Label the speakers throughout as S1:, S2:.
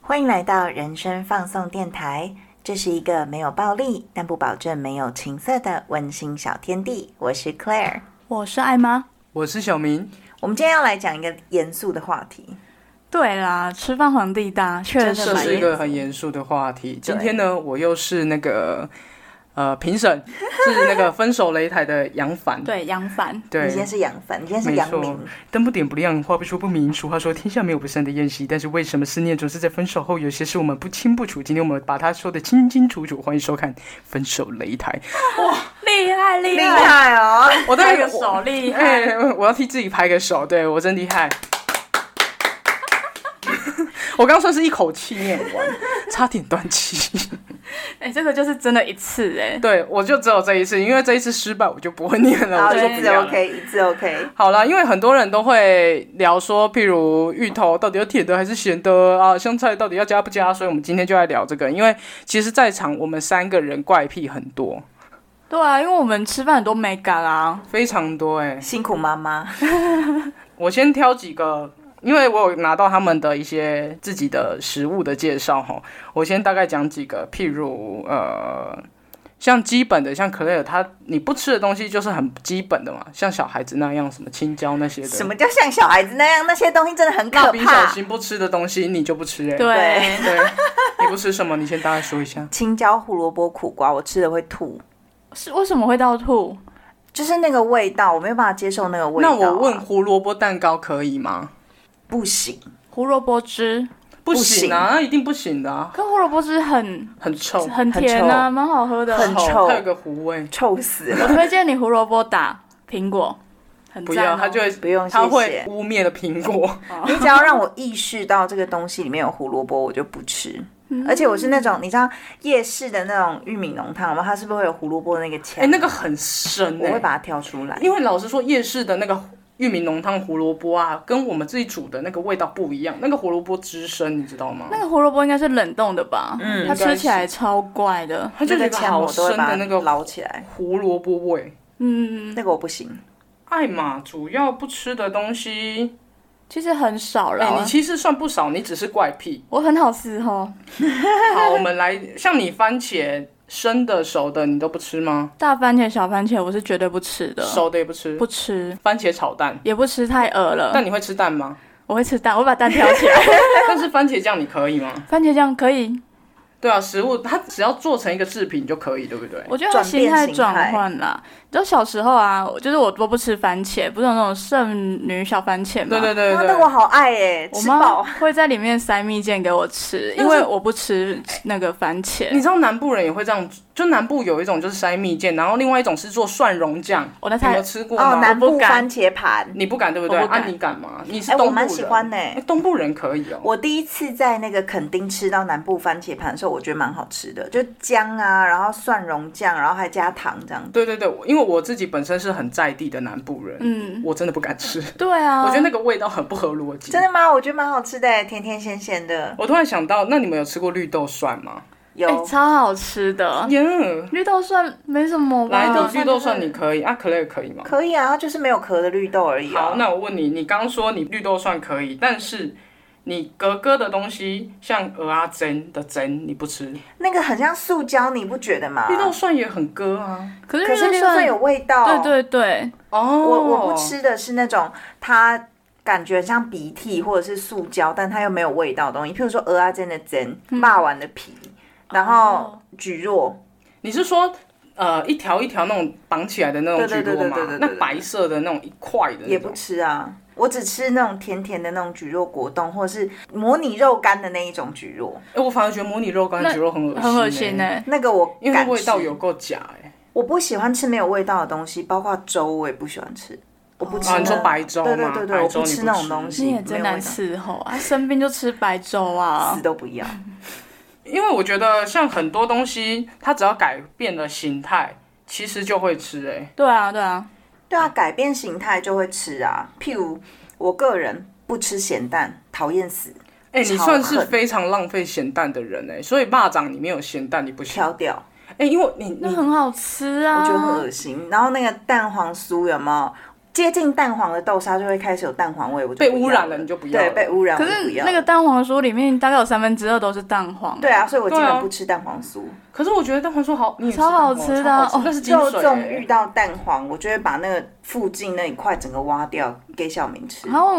S1: 欢迎来到人生放送电台，这是一个没有暴力，但不保证没有情色的温馨小天地。我是 Claire，
S2: 我是爱妈。
S3: 我是小明，
S1: 我们今天要来讲一个严肃的话题。
S2: 对啦，吃饭皇帝大，确
S1: 真的
S2: 实
S3: 这
S1: 蛮
S3: 是一
S1: 严
S3: 个很严肃的话题。今天呢，我又是那个呃 评审，是那个分手擂台的杨凡。
S2: 对杨凡，
S1: 你今天
S3: 对，
S1: 是杨凡，你今天是
S3: 没
S1: 杨
S3: 错
S1: 明，。
S3: 灯不点不亮，话不说不明。俗话说，天下没有不散的宴席。但是为什么思念总是在分手后？有些事我们不清不楚。今天我们把它说的清清楚楚。欢迎收看《分手 擂台
S2: 厉害厉
S1: 厉，害哦！
S3: 》。我大概
S2: 这个手厉害
S3: 哎，我要替自己拍个手，对我真厉害。我刚算是一口气念完，差点断气。
S2: 哎、这个就是真的一次哎、
S3: 对，我就只有这一次，因为这一次失败，我就不会念了，
S1: 好，
S3: 我就
S1: 一
S3: 不
S1: 次
S3: 要了。
S1: OK，一次 OK。
S3: 好啦，因为很多人都会聊说，譬如芋头到底要甜的还是咸的啊，香菜到底要加不加，所以我们今天就来聊这个。因为其实，在场我们三个人怪癖很多，
S2: 对啊，因为我们吃饭很多美感啊，
S3: 非常多哎、
S1: 辛苦妈妈，
S3: 我先挑几个，因为我有拿到他们的一些自己的食物的介绍哈，我先大概讲几个，譬如呃，像基本的，像可乐，它你不吃的东西就是很基本的嘛，像小孩子那样，什么青椒那些的，
S1: 什么叫像小孩子那样？那些东西真的很
S3: 蜡
S1: 可
S3: 笔小
S1: 怕。
S3: 新不吃的东西你就不吃、欸，
S2: 对，
S1: 对
S3: 对， 你不吃什么？你先大概说一下。
S1: 青椒、胡萝卜、苦瓜，我吃了会吐，
S2: 是为什么会到吐？
S1: 就是那个味道，我没有办法接受那个味道
S3: 那
S1: 啊、
S3: 我问胡萝卜蛋糕可以吗？
S1: 不行，
S2: 胡萝卜汁，
S3: 不
S1: 行
S3: 行啊，那一定不行的、啊，
S2: 可胡萝卜汁很
S3: 很臭，
S2: 很甜啊，蛮好喝的。
S1: 很臭
S3: 它有个糊味。
S1: 臭死了，
S2: 我推荐你胡萝卜打苹果，很
S3: 不
S2: 赞哦、
S3: 要，它就会
S1: 不用谢
S3: 它会
S1: 谢。
S3: 污蔑了苹果。
S1: 你只要让我意识到这个东西里面有胡萝卜，我就不吃。
S3: 嗯
S1: 而且我是那种，你知道夜市的那种玉米浓汤吗？它是不是会有胡萝卜那个
S3: 哎、
S1: 腔？
S3: 那个很深
S1: 我
S3: 哎、
S1: 会把它挑出来。
S3: 因为老实说，夜市的那个玉米浓汤胡萝卜啊，跟我们自己煮的那个味道不一样。那个胡萝卜汁深，你知道吗？
S2: 那个胡萝卜应该是冷冻的吧？嗯它吃起来超怪的。
S3: 它就是
S1: 那
S3: 一
S1: 个
S3: 个
S1: 腔我
S3: 好
S1: 都会
S3: 深
S1: 把
S3: 的
S1: 它
S3: 那个
S1: 捞起来，
S3: 胡萝卜味。
S2: 嗯，
S1: 那个我不行。
S3: 艾玛主要不吃的东西，
S2: 其实很少
S3: 哎、
S1: 啊
S2: 了
S3: 你。其实算不少，你只是怪癖。
S2: 我很好吃哦，
S3: 好，我们来，像你番茄生的、熟的，你都不吃吗？
S2: 大番茄、小番茄我是绝对不
S1: 啊
S2: 吃的，
S3: 熟的也不吃，
S2: 不吃，
S3: 番茄炒蛋。
S2: 也不吃，太恶
S1: 啊
S2: 了。
S3: 但你会吃蛋吗？
S2: 我会吃蛋，我会把蛋挑起来。
S3: 但是番茄酱你可以吗？
S2: 番茄酱可以，
S3: 对啊，食物它只要做成一个制品就可以，对不对？
S2: 我觉得它
S1: 转变
S2: 心态
S1: 形态
S2: 转换啦。你知道小时候啊，我就是我都不吃番茄，不是有那种剩女小番茄吗？
S3: 对对对
S1: 哇，
S3: 对
S1: 哦那我好爱哎，
S2: 我
S1: 吃
S2: 妈
S1: 饱。
S2: 会在里面塞蜜饯给我吃，
S3: 那
S2: 因
S3: 是
S2: 为我不吃那个番
S3: 你
S2: 茄。
S3: 知道南部人也会这样，就南部有一种就是塞蜜饯，然后另外一种是做蒜蓉酱，
S2: 我那
S3: 你有
S2: 太
S3: 吃过吗？
S1: 哦，南
S2: 我
S1: 部
S2: 不敢
S1: 番茄盘，
S3: 你不敢对不对？
S2: 我不敢
S3: 啊，你敢吗？你是
S1: 哎，
S3: 东部
S1: 我蛮
S3: 人，
S1: 喜欢呢。
S3: 哎东部人可以哦。
S1: 我第一次在那个垦丁吃到南部番茄盘的时候，我觉得蛮好吃的，就姜啊，然后蒜蓉酱，然后还加糖这样子。
S3: 对对对，因为我自己本身是很在地的南部人，
S2: 嗯，
S3: 我真的不敢吃，
S2: 对啊，
S3: 我觉得那个味道很不合逻辑。
S1: 嗯哦真的吗？我觉得蛮好吃的，甜甜咸咸的。
S3: 我突然想到，那你们有吃过绿豆蒜吗？
S1: 有、
S2: 哎超好吃
S1: 哦
S2: 的。
S3: 耶、
S2: 绿豆蒜没什么吧？
S3: 来
S1: 豆
S3: 的
S1: 蒜
S3: 绿豆蒜你可以啊，可乐可以吗？
S1: 可以啊，它就是没有壳的绿豆而已、啊。
S3: 好，那我问你，你刚说你绿豆蒜可以，但是你格格的东西，像鹅啊蒸的蒸，你不吃，
S1: 那个很像塑胶，你不觉得吗？
S3: 绿豆蒜也很割啊。
S2: 可是
S1: 可
S2: 绿
S1: 是
S2: 豆
S1: 绿豆蒜
S2: 蒜，
S1: 有味道。
S2: 对对对，
S3: 哦，
S1: 我我不。吃的是那种它感觉像鼻涕或者是塑胶，但它又没有味道的东西，譬如说鹅啊煎的煎、
S3: 嗯
S1: 骂完的皮，然后
S2: 哦
S1: 蒟蒻，
S3: 你是说呃一条一条那种绑起来的那种
S1: 对
S3: 蒟
S1: 对
S3: 蒻
S1: 对对对对
S3: 吗？
S1: 对
S3: 那
S1: 对
S3: 白色的那种一块的
S1: 也
S3: 那
S1: 不
S3: 种。
S1: 吃啊。我只吃那种甜甜的那种蒟蒻果冻，或者是模拟肉干的那一种蒟蒻，
S3: 哎，我反而觉得模拟肉干的
S2: 那
S3: 蒟蒻很恶心、欸
S2: 很恶心呢、欸
S3: 呢，
S1: 那个我
S3: 因为
S1: 敢
S3: 那味道
S1: 吃
S3: 有够假哎、
S1: 我不喜欢吃没有味道的东西，包括粥我也不喜欢吃，我不吃那
S3: 啊，
S1: 个。
S3: 你说白粥
S1: 对
S3: 吗？
S1: 对对对，
S3: 白
S1: 我
S3: 粥你
S1: 吃
S3: 不
S1: 那种东西，
S2: 你
S1: 没
S2: 也
S1: 有
S2: 真
S1: 味
S2: 难
S1: 道，
S2: 伺候啊！生病就吃白粥啊
S1: 死，都不要。
S3: 因为我觉得像很多东西，它只要改变了形态，其实就会吃、欸。
S2: 对啊对啊，
S1: 对啊，改变形态就会吃啊。譬如我个人不吃咸蛋，讨厌死，
S3: 哎、你
S1: 超
S3: 算是
S1: 恨
S3: 非常浪费咸蛋的人哎、所以蚂蚱里面有咸蛋你不行。
S1: 挑掉，
S3: 哎、因为你
S2: 那
S3: 你
S2: 很好吃
S1: 我
S2: 啊。
S1: 觉得很恶心。然后那个蛋黄酥有没有？接近蛋黄的豆沙就会开始有蛋黄味，我就
S3: 被
S1: 不要
S3: 污染了你就不要
S1: 对，
S3: 了。
S1: 被污染我
S2: 可
S1: 就不
S2: 是
S1: 要
S2: 那个
S1: 了
S2: 蛋黄酥里面大概有三分之二都是蛋黄，
S1: 对啊，所以我基
S3: 对啊
S1: 本不吃蛋黄酥。
S3: 可是我觉得蛋黄酥好，你也
S2: 超好吃的啊
S3: 超好
S2: 哦
S3: 那是精
S1: 肉
S3: 髓
S1: 粽
S3: 欸
S1: 遇到蛋黄，我就会把那个附近那一块整个挖掉给小明吃。
S2: 然后，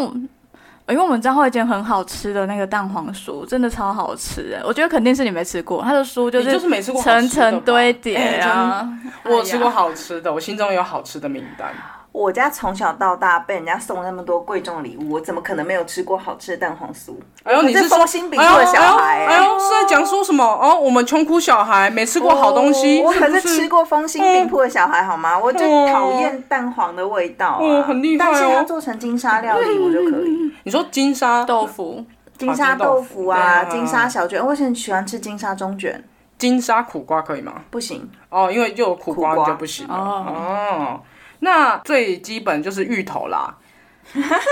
S2: 因为我们彰化有一间很好吃的那个蛋黄酥，真的超好吃的，我觉得肯定是你没吃过。它的酥
S3: 你就是是没吃过好吃
S2: 层层
S3: 的吧
S2: 堆叠
S3: 哎真
S2: 啊。
S3: 我有吃过
S2: 哎呀，
S3: 好吃的，我心中有好吃的名单。
S1: 我家从小到大被人家送那么多贵重礼物，我怎么可能没有吃过好吃的蛋黄酥？
S3: 哎呦，
S1: 我
S3: 你
S1: 这
S3: 是说
S1: 风心笔录的小孩欸
S3: 哎呦哎呦，是在讲说什么？哦，我们穷苦小孩没吃过好东西，
S1: 哦我
S3: 是不
S1: 可是吃。过风心并铺的小孩，好吗？我就讨厌蛋黄的味道啊
S3: 哦，很厉害哦嗯
S1: 但是它做成金沙料理，我就可以。
S3: 你说金沙
S2: 豆腐，
S1: 金沙豆腐啊，
S3: 对啊
S1: 金沙小卷，我很喜欢吃金沙中卷，
S3: 金沙苦瓜可以吗？
S1: 不行。
S3: 哦，因为又有苦
S1: 苦
S3: 瓜
S1: 瓜
S3: 你就不行了。
S2: 哦
S3: 哦，那最基本就是芋头啦。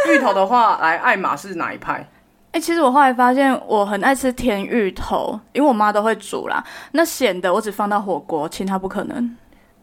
S3: 芋头的话，来艾玛是哪一派？
S2: 哎、其实我后来发现我很爱吃甜芋头，因为我妈都会煮啦。那咸的我只放到火锅，其他不可能，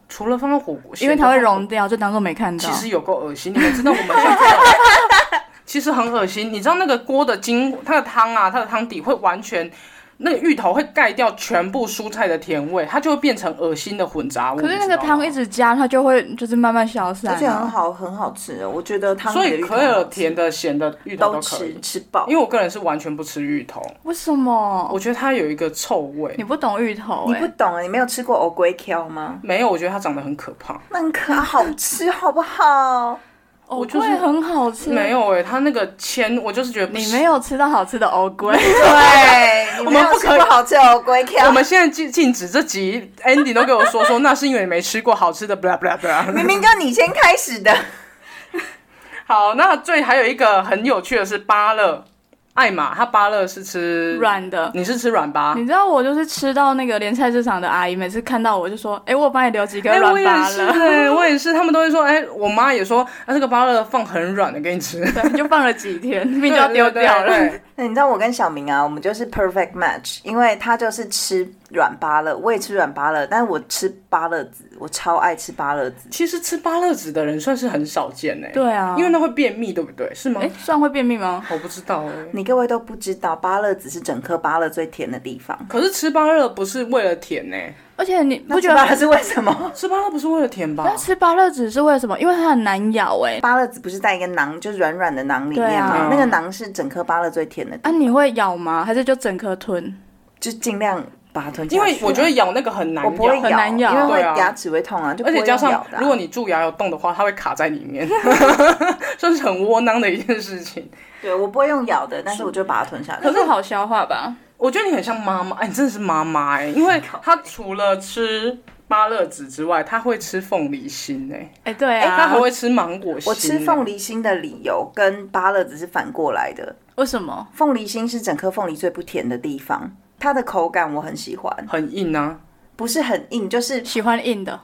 S3: 除了放到火锅，
S2: 因为它会融
S3: 咸的
S2: 掉，就当做没看到
S3: 话。其实有够恶心，你们知道我们像这种 其实很恶心。你知道那个锅的精，它的汤啊，它的汤底会完全。那个芋头会盖掉全部蔬菜的甜味，它就会变成恶心的混杂物。
S2: 可是那
S3: 你
S2: 个
S3: 哦知道吗
S2: 汤一直加，它就会就是慢慢消散、
S1: 而且很
S2: 啊。
S1: 好，很好吃哦。我觉得汤
S3: 所
S1: 里的
S3: 以
S1: 芋头
S3: 可以有
S1: 好吃
S3: 甜的、咸的芋头
S1: 都
S3: 都可
S1: 吃
S3: 以。
S1: 吃饱
S3: 因。为我个人是完全不吃芋头，
S2: 为什么
S3: 我？觉得它有一个臭味
S2: 你。不懂芋头、
S1: 你
S2: 哎
S1: 不懂啊，你没有吃过藕龟条吗？
S3: 没有，我觉得它长得很可怕。
S1: 那很可好吃，好不好？
S2: 藕
S3: 我就是
S2: 桂很好吃。
S3: 没，有哎、它那个签，我就是觉得不
S2: 你
S3: 行
S2: 没。有吃到好吃的藕桂。
S1: 对，你没有吃过好吃的藕龟条
S3: 我。们现在禁禁止这集 Andy 都给我说说，那是因为你没吃过好吃的，blah blah blah。
S1: 明明就你先开始的，
S3: 好，那最还有一个很有趣的是芭乐，艾玛她芭乐是吃，
S2: 软的。
S3: 你是吃软芭？
S2: 你知道我就是吃到那个连菜市场的阿姨，每次看到我就说：“哎、我帮你留几
S3: 哎、
S2: 根
S3: 我
S2: 软
S3: 也
S2: 芭
S3: 是
S2: 乐。
S3: 哎、我也是，他们都会说，哎、我妈也说，啊那、这个芭乐放很软的给 你吃，
S2: 对，就放了几 天，明明就要丢掉了。
S3: 对对对对
S1: 你知道我跟小明啊，我们就是 perfect match，因为他就是吃软芭乐，我也吃软芭乐，但是我吃芭乐籽，我超爱吃芭乐籽。
S3: 其实吃芭乐籽的人算是很少见哎、
S2: 对啊，
S3: 因为那会便秘，对不对？是吗？
S2: 哎、蒜会便秘吗？
S3: 我不知道哎、
S1: 你各位都不知道，芭乐籽是整颗芭乐最甜的地方。
S3: 可是吃芭乐不是为了甜呢、
S2: 而且你不
S1: 不知
S2: 觉
S1: 道它
S2: 得
S1: 是为什么？
S3: 吃芭乐不是为了甜吧
S2: 那？吃芭乐籽是为什么？因为它很难咬哎、
S1: 芭乐籽不是在一个囊，就是软软的囊里面
S2: 对
S1: 吗？
S2: 啊
S1: 那个囊是整颗芭乐最甜的地
S2: 啊，
S1: 方，
S2: 你会咬吗？还是就整颗吞？
S1: 就尽量把它吞下
S3: 因
S1: 去啊。
S3: 为我觉得咬那个很难
S1: 我不会
S3: 咬，
S2: 很难咬
S1: 因为会
S3: 对啊
S1: 牙齿会痛啊，就不会
S3: 而且
S1: 用
S3: 加
S1: 咬
S3: 上
S1: 的啊
S3: 如果你蛀牙有洞的话，它会卡在里面， 算是很窝囊的一件事情。
S1: 对我不会用咬的，但是我就把它吞下去
S2: 可。是好消化吧？
S3: 我觉得你很像妈妈，哎，你真的是妈妈哎，因为她除了吃芭乐籽之外，她会吃凤梨心哎，
S2: 哎、对啊，
S3: 她还会吃芒果心。哎
S1: 我吃凤，梨心的理由跟芭乐籽是反过来的。
S2: 为什么？
S1: 凤梨心是整颗凤梨最不甜的地方，它的口感我很喜欢，
S3: 很硬啊，
S1: 不是很硬，就是
S2: 喜欢硬的。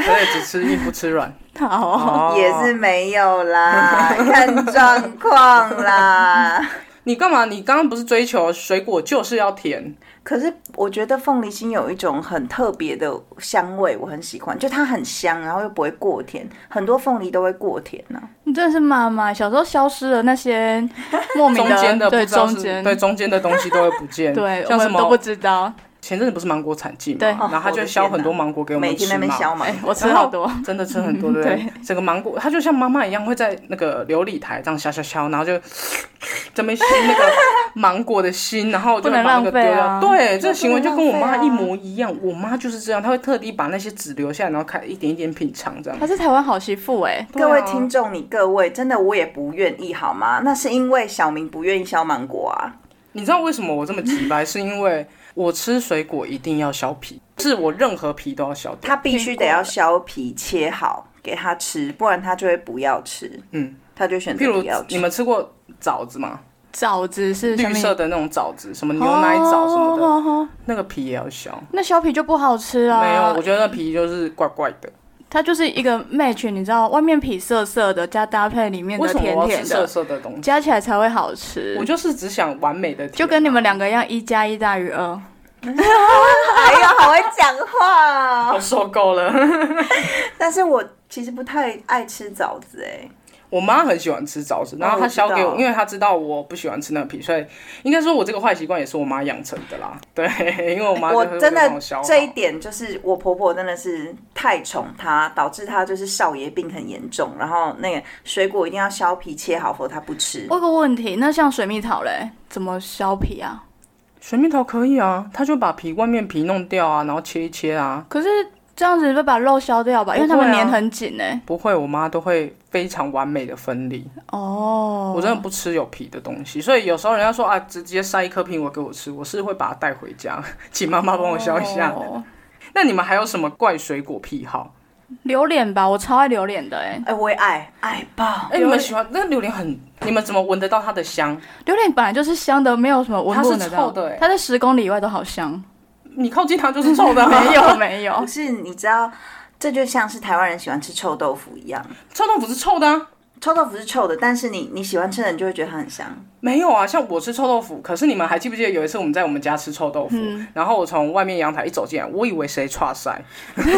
S3: 所以只吃硬不吃软。
S2: 好、
S3: 哦
S1: 也是没有啦，看状况啦。
S3: 你干嘛？你刚刚不是追求水果就是要甜？
S1: 可是我觉得凤梨心有一种很特别的香味，我很喜欢，就它很香，然后又不会过甜。很多凤梨都会过甜啊呢、
S2: 你真的是妈妈。小时候消失了那 些莫名
S3: 中间的不
S2: 对
S3: 知道
S2: 中
S3: 是
S2: 间
S3: 对中间的东西都会不见，
S2: 对，我
S3: 像什
S2: 们都不
S3: 么
S2: 知道。
S3: 前阵子不是芒果产季嘛，
S2: 对
S3: 然后他就削很多芒果给我
S1: 每
S3: 们
S1: 哦天
S3: 吃
S1: 在那
S3: 嘛
S1: 边，削嘛
S2: 哎、，我吃好多。
S3: 真的吃 很多，对不对？整个芒果，他就像妈妈一样会在那个琉璃台这样削削削，然后就 这边吸那个芒果的心，然后就
S2: 不能
S3: 把那个
S2: 浪
S3: 丢
S2: 费
S3: 掉。
S2: 啊
S3: 对，这个行为就跟我
S1: 浪
S3: 妈
S1: 费啊
S3: 一模一样，我妈就是这样，她会特地把那些籽留下来，然后开一点一点品尝这样
S2: 她。是台湾好媳妇哎、
S3: 对啊
S1: 各位听众，你各位真的我也不愿意好吗？那是因为小明不愿意削芒果啊。
S3: 你知道为什么我这么急白？是因为我吃水果一定要削皮，是我任何皮都要削掉。
S1: 它必须得要削皮切好给它吃，不然它就会不要吃。
S3: 嗯，
S1: 它就选
S3: 譬
S1: 择
S3: 如
S1: 不要吃。
S3: 你们吃过枣子吗？
S2: 枣子是哦
S3: 绿色的那种枣子，
S1: 哦
S3: 什么牛奶枣什么的，
S2: 么的，
S3: 那个皮也要削。
S2: 那削皮就不好吃啊。
S3: 没有，我觉得那皮就是怪怪的。
S2: 它就是一个 match，你知道，外面皮色色的，加搭配里面
S3: 为
S2: 的
S3: 什么
S2: 甜
S3: 我要
S2: 甜
S3: 吃涩
S2: 的，
S3: 涩的东西？
S2: 加起来才会好吃
S3: 我。就是只想完美的甜啊，
S2: 就跟 你们两个一样，一加一大于二。
S1: 哎呀，好会讲话、
S3: 我
S1: 哦！
S3: 受够了。
S1: 但是我其实不太爱吃枣子哎、
S3: 我妈很喜欢吃枣子，然后她削
S1: 哦
S3: 给
S1: 我知
S3: 我，
S1: 道
S3: 因为她知道我不喜欢吃那个皮，所以应该说我这个坏习惯也是我妈养成的啦。对， 因为我啊妈就
S1: 我
S3: 会
S1: 真
S3: 帮
S1: 的
S3: 我削好
S1: 这一点就是我婆婆真的是太宠她，导致她就是少爷病很严重。然后那个水果一定要削皮切好，否则她不吃
S2: 我。有个问题，那像水蜜桃嘞，怎么削皮啊？
S3: 水蜜桃可以啊，她就把皮外面皮弄掉啊，然后切一切啊。
S2: 可是这样子会把肉削掉吧？因为它们
S3: 不会啊
S2: 粘很紧哎、
S3: 不会，我妈都会非常完美的分离。
S2: 哦，
S3: 我真的不吃有皮的东西，所以有时候人家说啊，直接塞一颗苹果给我吃，我是会把它带回家， 请妈妈帮我削一下。
S2: 哦
S3: 那你们还有什么怪水果癖好？
S2: 榴莲吧，我超爱榴莲的哎、
S1: 哎、我也爱爱爆。
S3: 哎、你们喜欢那榴莲很，你们怎么闻得到它的香？
S2: 榴莲本来就是香的，没有什么闻不闻得
S3: 它是
S2: 到
S3: 臭的欸
S2: 它在十公里以外都好 香。
S3: 你靠近它就是臭的、啊
S2: 没。有没有
S1: 不，是，你知道，这就像是台湾人喜欢吃臭豆腐一样，
S3: 臭豆腐是臭的、啊，
S1: 臭豆腐是臭的，但是你你喜欢吃的，你就会觉得它很 香。
S3: 没有啊。像我吃臭豆腐，可是你们还记不记得有一次我们在我们家吃臭豆腐，
S2: 嗯
S3: 然后我从外面阳台一走进来，我以为谁 岔晒，因为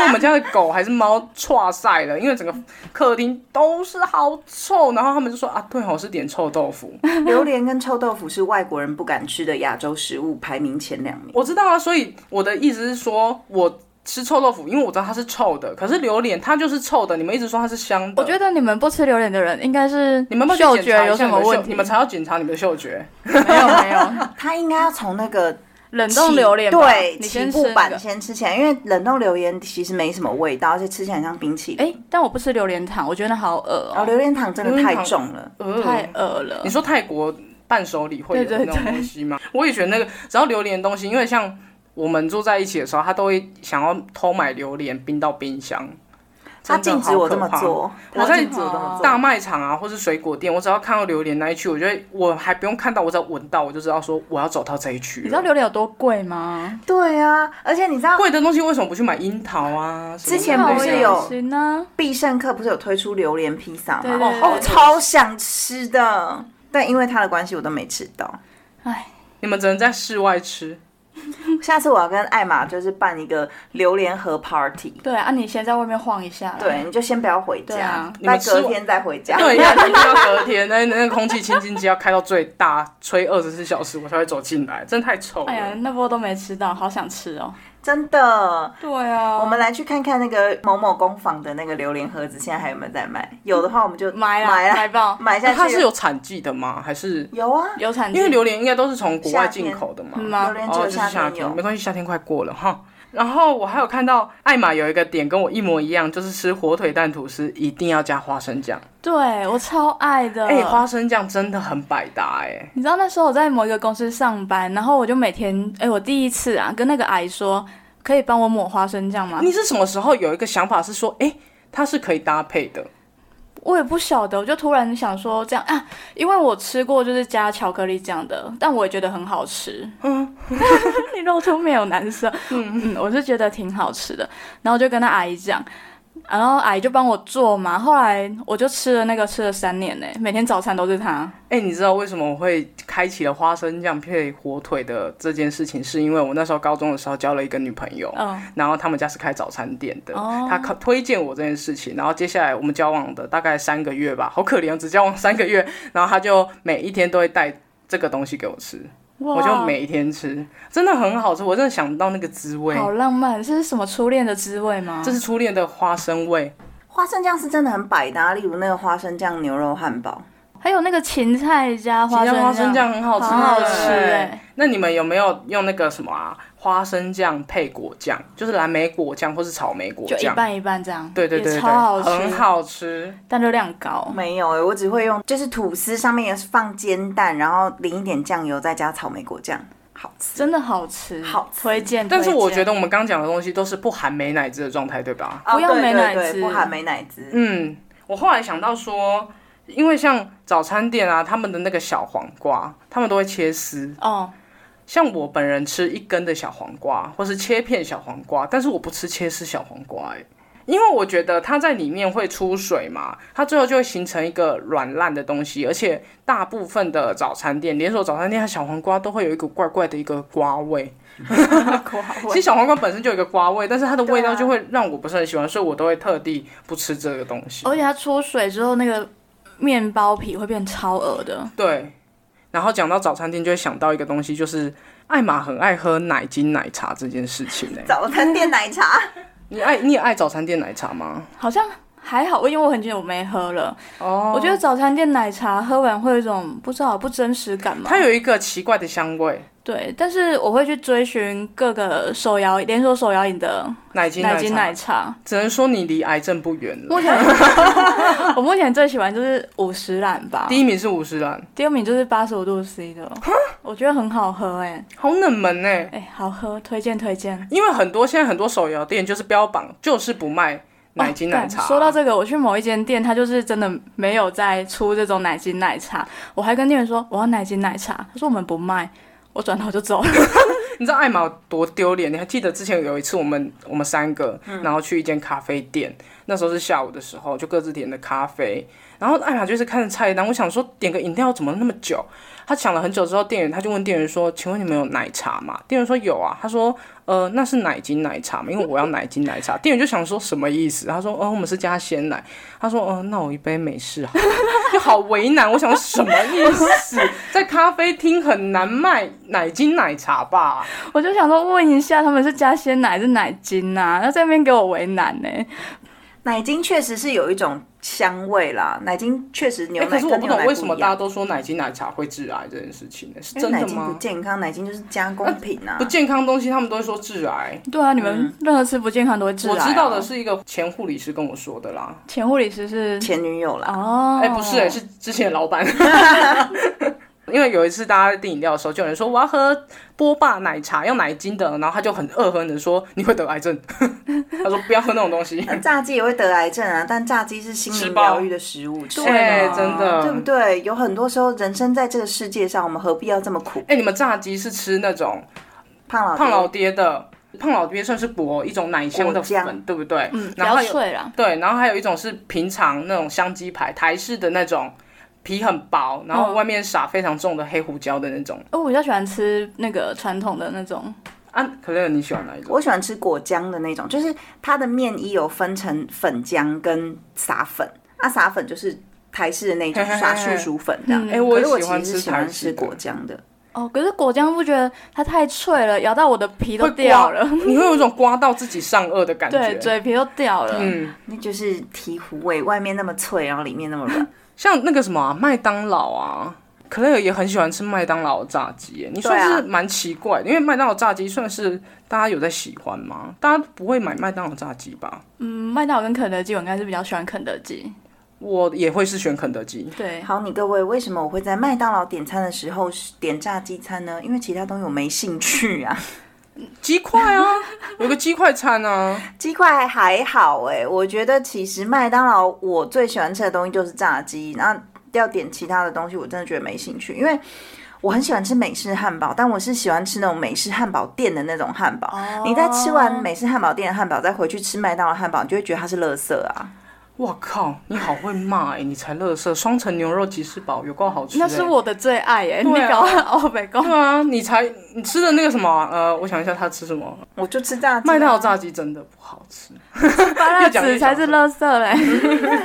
S3: 我们家的狗还是猫岔晒了，因为整个客厅都是好臭。然后他们就说啊，对哦，是点臭豆腐。
S1: 榴莲跟臭豆腐是外国人不敢吃的亚洲食物，排名前两名。
S3: 我知道啊，所以我的意思是说，我吃臭豆腐，因为我知道它是臭的，可是榴莲它就是臭的，你们一直说它是香的。
S2: 我觉得你们不吃榴莲的人应该是
S3: 你们有没有
S2: 嗅
S3: 去检查
S2: 觉
S3: 一
S2: 有
S3: 下
S2: 什
S3: 你
S2: 么
S3: 们的嗅
S2: 问题？
S3: 你们才要检查你们的嗅觉。
S2: 没有没有，
S1: 它啊应该要从那个
S2: 冷
S1: 起
S2: 冻榴莲吧
S1: 对
S2: 你
S1: 起
S2: 先吃
S1: 步
S2: 那
S1: 版
S2: 个
S1: 先吃起来，因为冷冻榴莲其实没什么味道，而且吃起来很像冰淇淋。
S2: 哎，但我不吃榴莲糖，我觉得好恶
S1: 然后
S2: 哦，
S1: 榴莲糖真的
S3: 榴莲
S1: 太
S3: 糖
S1: 重了，
S3: 呃
S2: 太恶了
S3: 你。说泰国伴手礼会有
S2: 对
S3: 那
S2: 对
S3: 种东西吗？我也觉得那个只要榴莲的东西，因为像我们住在一起的时候，他都会想要偷买榴莲冰到冰箱。
S1: 他
S3: 真的
S1: 禁止
S3: 好
S1: 我
S3: 可
S1: 这么
S3: 怕
S1: 做，
S3: 我
S1: 他
S3: 在
S1: 禁止我这
S2: 哦
S1: 么
S3: 大
S1: 做。
S3: 卖场啊，或是水果店，我只要看到榴莲那一区，我觉得我还不用看到，我只要闻到，我就知道说我要走到这一区了。
S2: 你知道榴莲有多贵吗？
S1: 对啊，而且你知道
S3: 贵的东西为什么不去买樱桃啊？什么
S1: 之前
S3: 的
S1: 不是有
S2: 行呢？
S1: 必胜客不是有推出榴莲披萨吗？
S2: 对对
S1: 哦，
S2: 对
S1: 哦超想吃的，但因为他的关系，我都没吃 到。
S3: 你们只能在室外 吃。
S1: 下次我要跟艾玛就是办一个榴莲盒 party。
S2: 对啊，你先在外面晃一下。，
S1: 对，你就先不要回
S2: 对
S1: 家
S2: 啊，
S3: 你
S1: 那
S3: 们吃
S1: 隔
S3: 完
S1: 天再回家。
S3: 对呀、一定要隔天，那那个空气清新机要开到最大，吹二十四小时，我才会走进来，真的太臭了。
S2: 哎呀，那波都没吃到，好想吃哦。
S1: 真的，
S2: 对啊，
S1: 我们来去看看那个某某工坊的那个榴莲盒子，现在还有没有在卖？有的话，我们就
S2: 买啦
S1: 买
S2: 买爆
S1: 买下
S3: 那
S1: 去。
S3: 它是有产季的吗？还是
S1: 有啊，
S2: 有产地
S3: 因为榴莲应该都是从国外进口的嘛？
S2: 嗯
S1: 榴
S2: 吗？
S1: 莲只
S3: 哦，
S1: 有
S3: 就是
S1: 夏
S3: 夏
S1: 天有。
S3: 没关系，夏天快过了哈。然后我还有看到艾玛有一个点跟我一模一样，就是吃火腿蛋吐司一定要加花生酱。
S2: 对我超爱
S1: 嗯
S2: 的。
S3: 哎、花生酱真的很百搭哎、
S2: 你知道那时候我在某一个公司上班，然后我就每天，哎、我第一次啊，跟那个阿姨说，可以帮我抹花生酱吗？
S1: 嗯
S3: 你是什么时候有一个想法是说，哎、它是可以搭配的？
S2: 我也不晓得，我就突然想说这样啊，因为我吃过就是加巧克力酱的，但我也觉得很好吃。嗯， 你露出没有难色。嗯嗯，我是觉得挺好吃的，然后就跟那阿姨讲。然后阿姨就帮我做嘛，后来我就吃了那个，吃了三年呢、每天早餐都是它。
S3: 哎、你知道为什么我会开启了花生酱配火腿的这件事情？是因为我那时候高中的时候交了一个女朋友，
S2: 嗯，
S3: 然后他们家是开早餐店的，
S2: 哦
S3: 她可推荐我这件事情。然后接下来我们交往的大概三个月吧，好可怜哦，只交往三个月。然后她就每一天都会带这个东西给我吃，
S2: 哇
S3: 我就每天吃，真的很好吃。我真的想到那个滋味，
S2: 好浪漫，这是什么初恋的滋味吗？
S3: 这是初恋的花生味。
S1: 花生酱是真的很百搭，例如那个花生酱牛肉汉堡，
S2: 还有那个芹菜加花
S3: 其
S2: 生
S3: 实花生酱很好吃，
S2: 很好吃哎、
S3: 那你们有没有用那个什么啊？花生酱配果酱，就是蓝莓果酱或是草莓果
S2: 就一
S3: 酱。
S2: 半一半这样，
S3: 对对对
S2: 也
S3: 对，
S2: 超好吃，
S3: 很，好吃。
S2: 但热量高。
S1: 没有哎、我只会用就是吐司上面也是放煎蛋，然后淋一点酱油，再加草莓果酱，好吃。
S2: 真的好吃，
S1: 好吃
S2: 推荐。
S3: 但是我
S2: 推
S3: 觉
S2: 荐
S3: 得我们刚讲的东西都是不含美乃滋的状态，对吧？
S1: 哦
S2: 不要
S1: 对
S2: 美
S1: 对
S2: 乃
S1: 对
S2: 滋
S1: 不含美乃滋。
S3: 嗯，我后来想到说，因为像早餐店啊，他们的那个小黄瓜，他们都会切丝。
S2: 哦，
S3: 像我本人吃一根的小黄瓜，或是切片小黄瓜，但是我不吃切丝小黄瓜、欸，因为我觉得它在里面会出水嘛，它最后就会形成一个软烂的东西，而且大部分的早餐店，连锁早餐店它小黄瓜都会有一股怪怪的一个瓜味。
S2: 口好
S3: 其实小黄瓜本身就有一个瓜味，但是它的味道
S2: 对啊
S3: 就会让我不是很喜欢，所以我都会特地不吃这个东西。
S2: 而且它出水之后，那个面包皮会变超恶的。
S3: 对，然后讲到早餐店，就会想到一个东西，就是艾玛很爱喝奶精奶茶这件事情呢、欸
S1: 早餐店奶茶，
S3: 你爱你也爱早餐店奶茶吗？
S2: 好像还好，因为我很久没喝了。
S3: 哦
S2: 我觉得早餐店奶茶喝完会有一种不知道不真实感嘛。
S3: 它有一个奇怪的香味，
S2: 对，但是我会去追寻各个手摇连锁手摇饮的
S3: 奶精
S2: 奶
S3: 茶，
S2: 精奶 茶。
S3: 只能说你离癌症不远了。
S2: 目前我目前最喜欢就是五十兰吧，
S3: 第一名是五十岚，
S2: 第二名就是八十五度 C 的，我觉得很好喝哎、
S3: 好冷门呢、
S2: 哎、好喝，推荐推荐。
S3: 因为很多现在很多手摇店就是标榜就是不卖奶精奶茶。
S2: 哦干说到这个，我去某一间店，它就是真的没有在出这种奶精奶茶，我还跟店员说我要奶精奶茶，他说我们不卖，我转头就走了。
S3: 你知道艾玛有多丢脸？你还记得之前有一次我们我们三个，然后去一间咖啡店，那时候是下午的时候，就各自点的咖啡。然后艾玛就是看着菜单，我想说点个饮料怎么那么久？她想了很久之后，店员她就问店员说：“请问你们有奶茶吗？”店员说有啊。她说：“呃，那是奶精奶茶吗？因为我要奶精奶茶。”店员就想说什么意思？她说：“哦、我们是加鲜奶。”她说：“哦、那我一杯美式好了。”就好为难，我想说什么意思？在咖啡厅很难卖奶精奶茶吧？
S2: 我就想说问一下，他们是加鲜奶还是奶精啊？那在那边给我为难呢、
S1: 奶精确实是有一种香味啦，奶精确实牛
S3: 欸
S1: 奶、
S3: 可是我
S1: 跟
S3: 不
S1: 牛
S3: 懂
S1: 奶
S3: 为什么
S1: 一
S3: 大家
S1: 样
S3: 都说奶精奶茶会致癌这件事情呢、是
S1: 因为
S3: 真
S1: 哎奶
S3: 的
S1: 精不
S3: 吗？哎
S1: 健康，奶精就是加工品啊
S3: 不。健康东西他们都会说致癌。
S2: 对啊，你们任何吃不健康都会
S1: 哎
S2: 致癌、
S3: 嗯
S2: 啊
S3: 我知道的，是一个前护理师跟我说的啦。
S2: 前护理师是
S1: 前女友啦，
S2: 哦，
S3: 哎、不是、欸，是之前的老板。 因为有一次大家在订饮料的时候，就有人说我要喝波霸奶茶，要奶精的，然后他就很恶狠的说你会得癌症， 他说不要喝那种 东西。
S1: 那炸鸡也会得癌症啊，但炸鸡是心
S3: 吃
S1: 灵
S3: 爆
S1: 疗愈的食物，吃
S3: 哎、
S2: 啊
S3: 真
S1: 对不
S3: 的。
S1: 对？有很多时候，人生在这个世界上，我们何必要这么苦？
S3: 哎、你们炸鸡是吃那种
S1: 胖老
S3: 胖老
S1: 老
S3: 爹的，胖老爹算是薄一种奶香的
S1: 果酱
S3: 粉，对不对？
S2: 嗯，比
S3: 然后
S2: 较
S3: 还有
S2: 脆啦。
S3: 对，然后还有一种是平常那种香鸡排，台式的那种皮很薄，然后
S2: 嗯
S3: 外面撒非常重的黑胡椒的那种。
S2: 哦，我比较喜欢吃那个传统的那种，
S3: 啊，可乐，你喜欢哪一种？
S1: 我喜欢吃果浆的那种，就是它的面衣有分成粉浆跟撒粉，啊，撒粉就是台式的那种
S3: 嘿嘿嘿
S1: 撒树薯粉这样。
S2: 嗯
S1: 哎，
S3: 哎我也
S1: 我
S3: 喜欢
S1: 其实
S3: 吃
S1: 是喜
S3: 台
S1: 欢
S3: 式
S1: 吃
S3: 的
S1: 果浆的，
S2: 哦，可是果酱不觉得它太脆了，咬到我的皮都掉了，
S3: 你会有一种刮到自己上颚的感觉。
S2: 对，嘴皮都掉了。
S3: 嗯，
S1: 那就是醍醐味，外面那么脆，然后里面那么软。
S3: 像那个什么啊、麦当劳啊。可乐也很喜欢吃麦当劳炸鸡耶，你算
S1: 对啊
S3: 是蛮奇怪的，因为麦当劳炸鸡算是大家有在喜欢吗？大家不会买麦当劳炸鸡吧？
S2: 嗯，麦当劳跟肯德基，我应该是比较喜欢肯德基。
S3: 我也会是选肯德基，
S2: 对，
S1: 哎好，你各位，为什么我会在麦当劳点餐的时候是点炸鸡餐呢？因为其他东西我没兴趣啊。
S3: 鸡块啊，有个鸡块餐啊。
S1: 鸡块还好哎、我觉得其实麦当劳我最喜欢吃的东西就是炸鸡，那要点其他的东西我真的觉得没兴趣，因为我很喜欢吃美式汉堡，但我是喜欢吃那种美式汉堡店的那种汉堡。你在吃完美式汉堡店的汉堡，再回去吃麦当劳汉堡，你就会觉得它是垃圾啊！
S3: 我靠，你好会骂哎、你才乐色！双层牛肉吉士堡有够好吃、欸，
S2: 那是。我的最爱耶！你
S3: 对啊
S2: 搞完欧北贡
S3: 对，啊，你才你吃的那个什么啊、呃，我想一下，他吃什么？
S1: 我就吃炸鸡啊，
S3: 麦当劳炸鸡真的不好吃，
S2: 巴辣
S3: 越讲越
S2: 子才是哎垃圾嘞。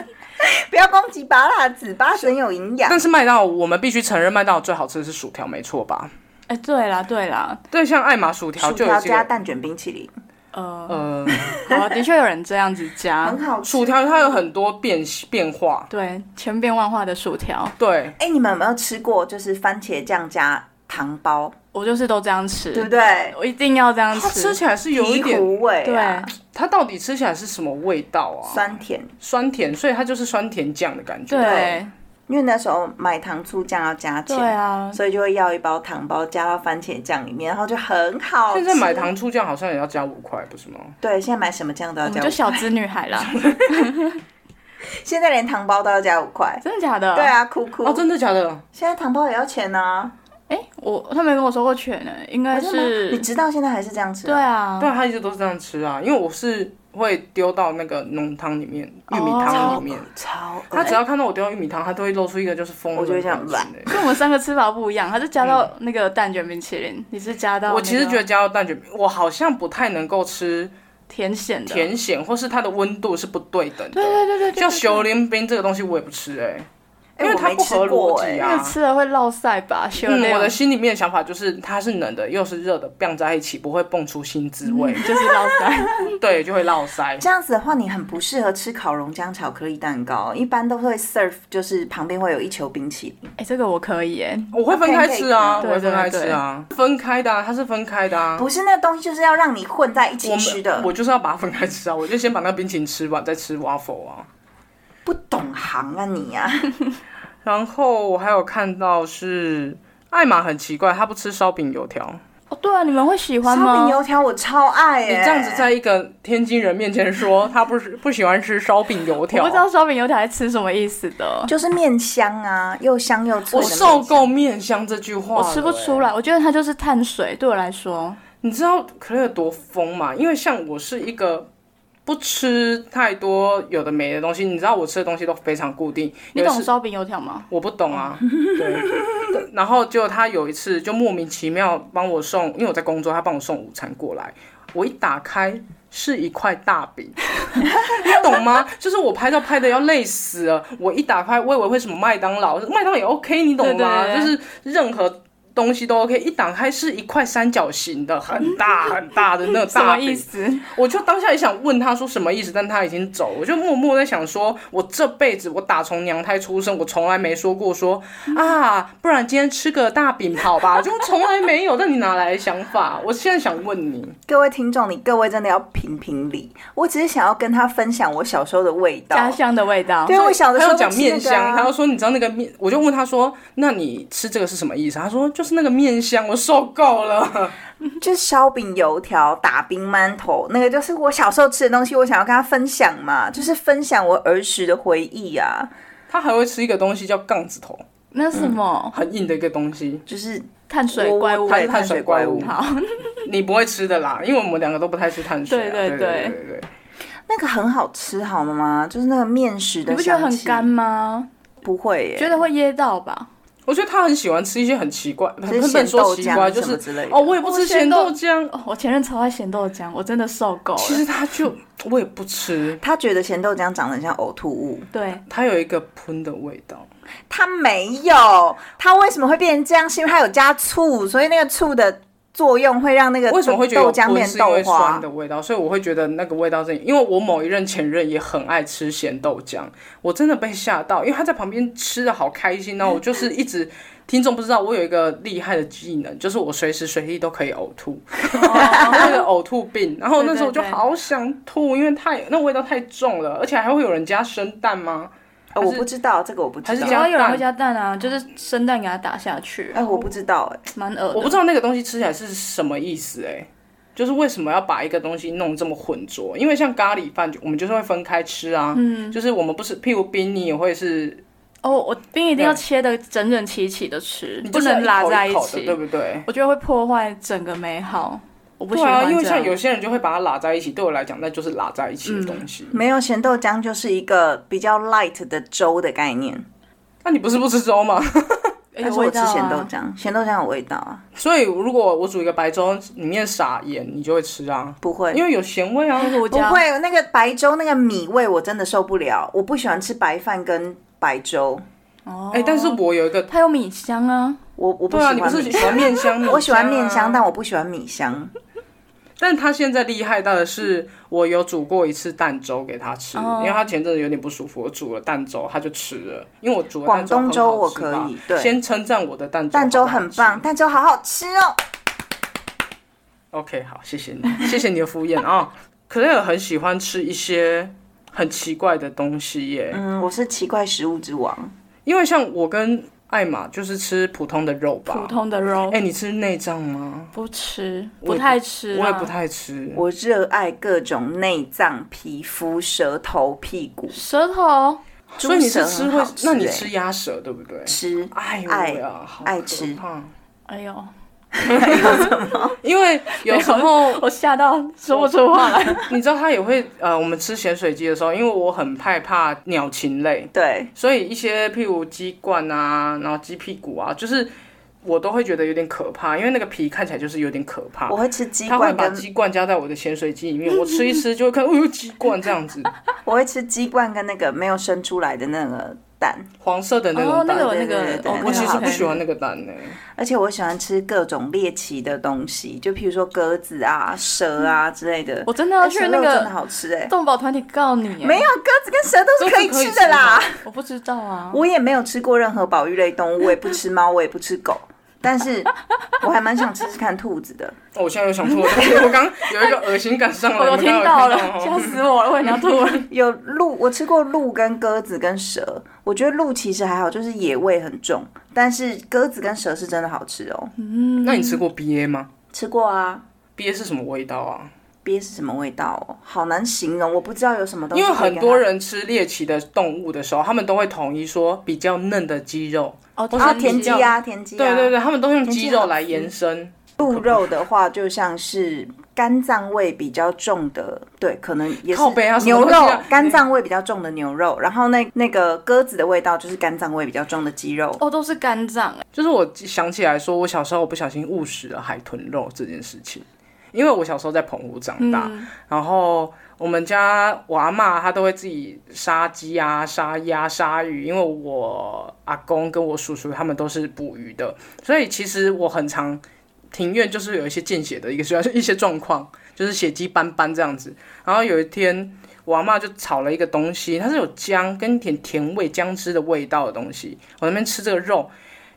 S1: 不要攻击巴辣子，巴很有营养
S3: 但。是麦当劳我们必须承认，麦当劳最好吃的是薯条，没错吧？
S2: 哎，对啦对啦，
S3: 对，像艾玛薯条
S1: 薯
S3: 就
S1: 条
S3: 有这
S1: 加
S3: 个，
S1: 蛋卷冰淇淋，
S2: 呃，
S3: 呃，
S2: 好啊，的确有人这样子加
S1: 很，好吃。
S3: 薯条它有很多变变化，
S2: 对，千变万化的薯条，
S3: 对，
S1: 哎、你们有没有吃过就是番茄酱加糖包，
S2: 我就是都这样吃，
S1: 对不对？
S2: 我一定要这样
S3: 它吃
S2: 吃。
S3: 起来是有一
S1: 醍
S3: 点，
S1: 醐味、
S2: 对，
S1: 啊，
S3: 它到底吃起来是什么味道啊？
S1: 酸甜。
S3: 酸甜，所以它就是酸甜酱的感觉。
S2: 对
S1: 因为那时候买糖醋酱要加
S2: 对
S1: 钱，
S2: 啊，
S1: 所以就会要一包糖包加到番茄酱里面，然后就很好吃。
S3: 现在买糖醋酱好像也要加五块，不是吗？
S1: 对，现在买什么酱都要
S2: 我
S1: 加
S2: 们
S1: 五
S2: 就
S1: 块，
S2: 小资女孩啦，
S1: 现在连糖包都要加五块。
S2: 真的假的？
S1: 对，啊，哭哭。
S3: 哦，真的假的？
S1: 现在糖包也要钱呢、啊，
S2: 哎，我他没跟我说过钱呢，应该
S1: 真的吗你
S2: 是
S1: 直到现在还是这样吃、
S2: 对啊，
S3: 对啊，他一直都是这样吃啊，因为我是我会丢到那个浓汤里面、玉米汤
S2: 哦
S3: 里面。
S1: 超
S3: 他只要看到我丢到玉米汤，他都会露出一个就是疯了
S1: 我就会这
S3: 的表
S1: 样
S3: 情、
S1: 吧
S3: 欸
S2: 跟我们三个吃法不一样，它是加到那个蛋卷冰淇淋，你是加到
S3: 我其实
S2: 那
S3: 觉
S2: 个
S3: 得加到蛋卷，我好像不太能够吃
S2: 甜咸的，
S3: 甜咸，或是它的温度是不对等的。
S2: 对对对对对，
S3: 像
S2: 对
S3: 熊林冰这个东西我也不吃哎、
S1: 哎
S3: 因为
S1: 我
S3: 它
S1: 没
S3: 不
S1: 吃
S3: 合
S1: 过
S3: 逻
S1: 哎
S3: 辑啊。
S2: 那个吃了会落腮吧？修
S3: 嗯，
S2: 炼
S3: 我的心里面的想法就是它是冷的又是热的，拌在一起不会蹦出新滋味，
S2: 就是落腮，
S3: 对，就会落腮。
S1: 这样子的话，你很不适合吃烤熔浆巧克力蛋糕，一般都会 serve 就是旁边会有一球冰淇淋。
S2: 哎，这个我可以哎，
S3: 我会分开吃啊，
S2: pancake
S3: 我会分开吃啊，分开的啊，它是分开的啊。
S1: 不是那东西就是要让你混在一
S3: 我
S1: 起吃
S3: 们
S1: 的，
S3: 我就是要把它分开吃啊，我就先把那个冰淇淋吃完，再吃 waffle 啊。
S1: 不懂行啊你 啊！
S3: 然后我还有看到是艾玛很奇怪，她不吃烧饼油条。
S2: 哦，对啊，你们会喜欢
S1: 烧饼
S2: 吗？
S1: 油条我超爱耶、
S3: 你这样子在一个天津人面前说她不是不喜欢吃烧饼油
S2: 我
S3: 条，
S2: 不知道烧饼油条在吃什么意思的，
S1: 就是面香啊，又香又脆
S3: 我
S1: 的面
S3: 受
S1: 香。
S3: 够面香这句话，欸
S2: 我吃不出。来，我觉得它就是碳水，对我来说，
S3: 你知道可乐多疯吗？因为像我是一个。不吃太多有的没的东西，你知道我吃的东西都非常固定。
S2: 你
S3: 有一次
S2: 懂烧饼油条吗？
S3: 我不懂啊，
S2: 哦
S3: 对。然后就他有一次就莫名其妙帮我送，因为我在工作，他帮我送午餐过来。我一打开是一块大 饼，你懂吗？就是我拍照拍的要累死了。我一打开，我以为会什么麦当劳，麦当劳也 OK，你懂吗？
S2: 对对对
S3: 就是任何。东西都 OK，一打开是一块三角形的，很大很大的那个
S2: 什
S3: 大
S2: 么
S3: 饼
S2: 意，思？
S3: 我就当下也想问他说什么意思，但他已经走，我就默默在想说，我这辈子我打从娘胎出生，我从来没说过说啊，不然今天吃个大饼好吧，就从来没有。但你哪来的想法？我现在想问你，
S1: 各位听众，你各位真的要评评理。我只是想要跟他分享我小时候的味道。
S2: 家乡的味道，
S1: 对，我小的时
S3: 他
S1: 候
S3: 要
S1: 会
S3: 讲
S1: 吃
S3: 面
S1: 那个
S3: 香，
S1: 啊
S3: 他要说你知道那个面，我就问他说，那你吃这个是什么意思？他说就是那个面香，我受够了。
S1: 就是烧饼、油条、打冰馒头，那个就是我小时候吃的东西，我想要跟他分享嘛，就是分享我儿时的回忆啊，
S3: 他还会吃一个东西叫杠子头，
S2: 那什么
S3: 很硬的一个东西，
S1: 就是
S2: 碳水怪物
S1: 我。
S3: 它
S1: 对
S3: 是碳水怪物
S1: 碳水，
S2: 好，
S3: 你不会吃的啦，因为我们两个都不太吃碳水、
S2: 对
S3: 啊。
S2: 对
S3: 对
S2: 对
S3: 对对。
S1: 那个很好吃，好吗？就是那个面食
S2: 你
S1: 的
S2: 不觉得
S1: 香
S2: 很
S1: 气，
S2: 干吗？
S1: 不会耶，
S2: 觉得会噎到吧？
S3: 我觉得他很喜欢吃一些很奇怪，
S1: 就是
S3: 很
S1: 咸
S3: 本
S1: 豆
S3: 说奇怪，
S1: 浆
S3: 就
S1: 什么
S3: 是
S1: 之类的。
S3: 哦，我也不吃咸豆浆。
S2: 哦，我前任超爱咸豆浆，我真的受够
S3: 其
S2: 了。
S3: 实他就我也不吃，
S1: 他觉得咸豆浆长得很像呕吐物，
S2: 对，
S3: 它有一个喷的味道。
S1: 他没有，他为什么会变成这样？是因为他有加醋，所以那个醋的作用会让那个
S3: 为什么会觉得
S1: 豆
S3: 有
S1: 浆
S3: 喷
S1: 变
S3: 是因
S1: 豆
S3: 为
S1: 花
S3: 酸的？味道？所以我会觉得那个味道是，因为我某一任前任也很爱吃咸豆浆，我真的被吓到，因为他在旁边吃的好开心然后我就是一直。听众不知道，我有一个厉害的技能，就是我随时随地都可以呕 吐，那个呕吐病。然后那时候我就
S2: 对对对
S3: 好想吐，因为太那味道太重了，而且还会有人加生蛋吗？
S1: 呃我不知道这个，我不知
S3: 还是
S2: 只
S3: 加
S1: 道。
S2: 要有人
S3: 蛋呃
S2: 会加蛋啊，就是生蛋给它打下去
S1: 哎、，我不知道哎、
S2: 蛮恶
S3: 我不
S2: 的。
S3: 知道那个东西吃起来是什么意思哎、就是为什么要把一个东西弄这么混浊？因为像咖喱饭，就我们就是会分开吃啊，嗯，就是我们不是，譬如冰你也会是，
S2: 哦，我冰一定要
S3: 对
S2: 切的整整齐齐的吃
S3: 你，
S2: 不
S3: 就是要
S2: 能拉
S3: 口
S2: 在
S3: 一口的
S2: 起
S3: 对，不对？
S2: 我觉得会破坏整个美好。我不喜
S3: 对
S2: 欢
S3: 啊，
S2: 这
S3: 因为像
S2: 样。嗯
S3: 有些人就会把它拉在一起，对我来讲那就是拉在一起的东西。
S1: 没有咸豆浆就是一个比较 light 的粥的概念，
S3: 那你不是不吃粥吗？
S2: 哎
S1: 但
S2: 有
S1: 是我
S2: 味
S1: 吃
S2: 道
S1: 咸豆
S2: 啊，
S1: 浆，咸豆浆有味道啊，
S3: 所以如果我煮一个白粥，里面撒盐，你就会吃啊，
S1: 不会，
S3: 因为有咸味啊。
S2: 胡
S1: 不
S2: 椒
S1: 会那个白粥那个米味我真的受不了，我不喜欢吃白饭跟白粥，
S2: 哦
S3: 哎、但是我有一个，
S2: 它有米香啊，
S1: 我我不
S3: 对
S1: 喜
S3: 啊，
S1: 欢
S3: 你
S1: 米
S3: 不
S1: 香。
S3: 是喜欢 面香吗？
S1: 我喜欢面香，
S3: 啊
S1: 但我不喜欢米香。
S3: 但他现在厉害到的是，我有煮过一次蛋粥给他吃，
S2: 哦
S3: 因为他前阵子有点不舒服，我煮了蛋粥，他就吃了。因为我煮了
S1: 广
S3: 蛋
S1: 东
S3: 粥
S1: 粥
S3: 很好
S1: 我
S3: 吃
S1: 可
S3: 吧
S1: 以，对，
S3: 先称赞我的蛋粥，
S1: 蛋粥很棒，。蛋粥好好吃哦。
S3: OK，好，谢谢你， 谢谢你的敷衍啊。可乐很喜欢吃一些很奇怪的东西耶，
S1: 嗯，我是奇怪食物之王，
S3: 因为像我跟艾玛就是吃普通的肉吧。
S2: 普通的肉
S3: 哎、你吃内脏吗？
S2: 不吃，
S3: 我也
S2: 不太吃啊，
S3: 我也不太吃。
S1: 我热爱各种内脏、皮肤、舌头、屁股。
S2: 舌头。哦
S3: 所以你是
S1: 猪舌
S3: 吃
S1: 很
S3: 会
S1: 好？吃
S3: 那你
S1: 欸
S3: 吃鸭舌对不对？
S1: 吃
S3: 哎呦
S1: 爱
S3: 喂啊，好
S1: 爱
S3: 可
S1: 吃
S3: 怕
S2: 哎呦，
S3: 因为 有时候
S2: 我吓到说不出话来。
S3: 你知道它也会呃，我们吃咸水鸡的时候，因为我很害怕鸟禽类，
S1: 对，
S3: 所以一些譬如鸡冠啊，然后鸡屁股啊，就是我都会觉得有点可怕，因为那个皮看起来就是有点可怕
S1: 我。会吃鸡
S3: 它啊会
S1: 冠
S3: 把
S1: 跟
S3: 鸡冠加在我的咸水鸡里面，我吃一吃就会看，哦呦，鸡冠这样 子，
S1: 我会吃鸡冠跟那个没有生出来的那个蛋，
S3: 黄色的那
S2: 哦
S3: 种，
S2: 那
S3: 蛋。
S2: 个我那
S1: 对对
S2: 个
S1: 对，
S2: OK，
S3: 我其实
S2: 好
S3: 不喜欢那个蛋呢、
S1: 而且我喜欢吃各种猎奇的东西，就譬如说鸽子啊、蛇啊之类的。
S2: 我真的要去那
S1: 哎蛇肉真的
S2: 个
S1: 好吃哎、
S2: 动保团体告你耶，
S1: 没有鸽子 跟蛇都是可以吃的啦
S3: 鸽子可以。
S2: 我不知道啊。
S1: 我也没有吃过任何保育类动物，我也不吃猫，我也不吃狗，但是我还蛮想吃吃看兔子的。
S3: 哦我现在又想吐了，我刚有一个恶心感上来，
S2: 我 我
S3: 你们
S2: 听
S3: 刚
S2: 到
S3: 刚有
S2: 了，
S3: 看
S2: 吓
S3: 哦
S2: 死我了，我也要吐了。
S1: 有鹿，我吃过鹿跟鸽子跟蛇，我觉得鹿其实还好，就是野味很重，但是鸽子跟蛇是真的好吃哦。
S2: 嗯
S3: 那你吃过鳖吗？
S1: 吃过啊，
S3: 鳖是什么味道啊？
S1: 鳖是什么味道哦？好难形容，我不知道有什么东西。
S3: 因为很多。人吃猎奇的动物的时候，他们都会统一说比较嫩的鸡肉，
S2: 哦，
S1: 啊，田鸡
S2: 鸡
S1: 啊，田鸡、啊。
S3: 对对对，他们都用
S1: 田鸡
S3: 鸡肉
S1: 好
S3: 来
S1: 吃
S3: 延伸。
S1: 鹿肉的话，就像是肝脏味比较重的，对，可能也是
S3: 靠背啊什么
S1: 牛
S3: 东西啊
S1: 肉，肝脏味比较重的牛肉，然后那那个鸽子的味道就是肝脏味比较重的鸡肉。
S2: 哦，都是肝脏哎，
S3: 就是我想起来说，我小时候我不小心误食了海豚肉这件事情，因为我小时候在澎湖长大，
S2: 嗯
S3: 然后我们家我阿妈她都会自己杀鸡啊、杀鸭、杀鱼，因为我阿公跟我叔叔他们都是捕鱼的，所以其实我很常庭院就是有一些见血的一个需要一些状况，就是血迹斑斑这样子。然后有一天。我阿妈就炒了一个东西，它是有姜跟一点甜味、姜汁的味道的东西。我那边吃这个肉，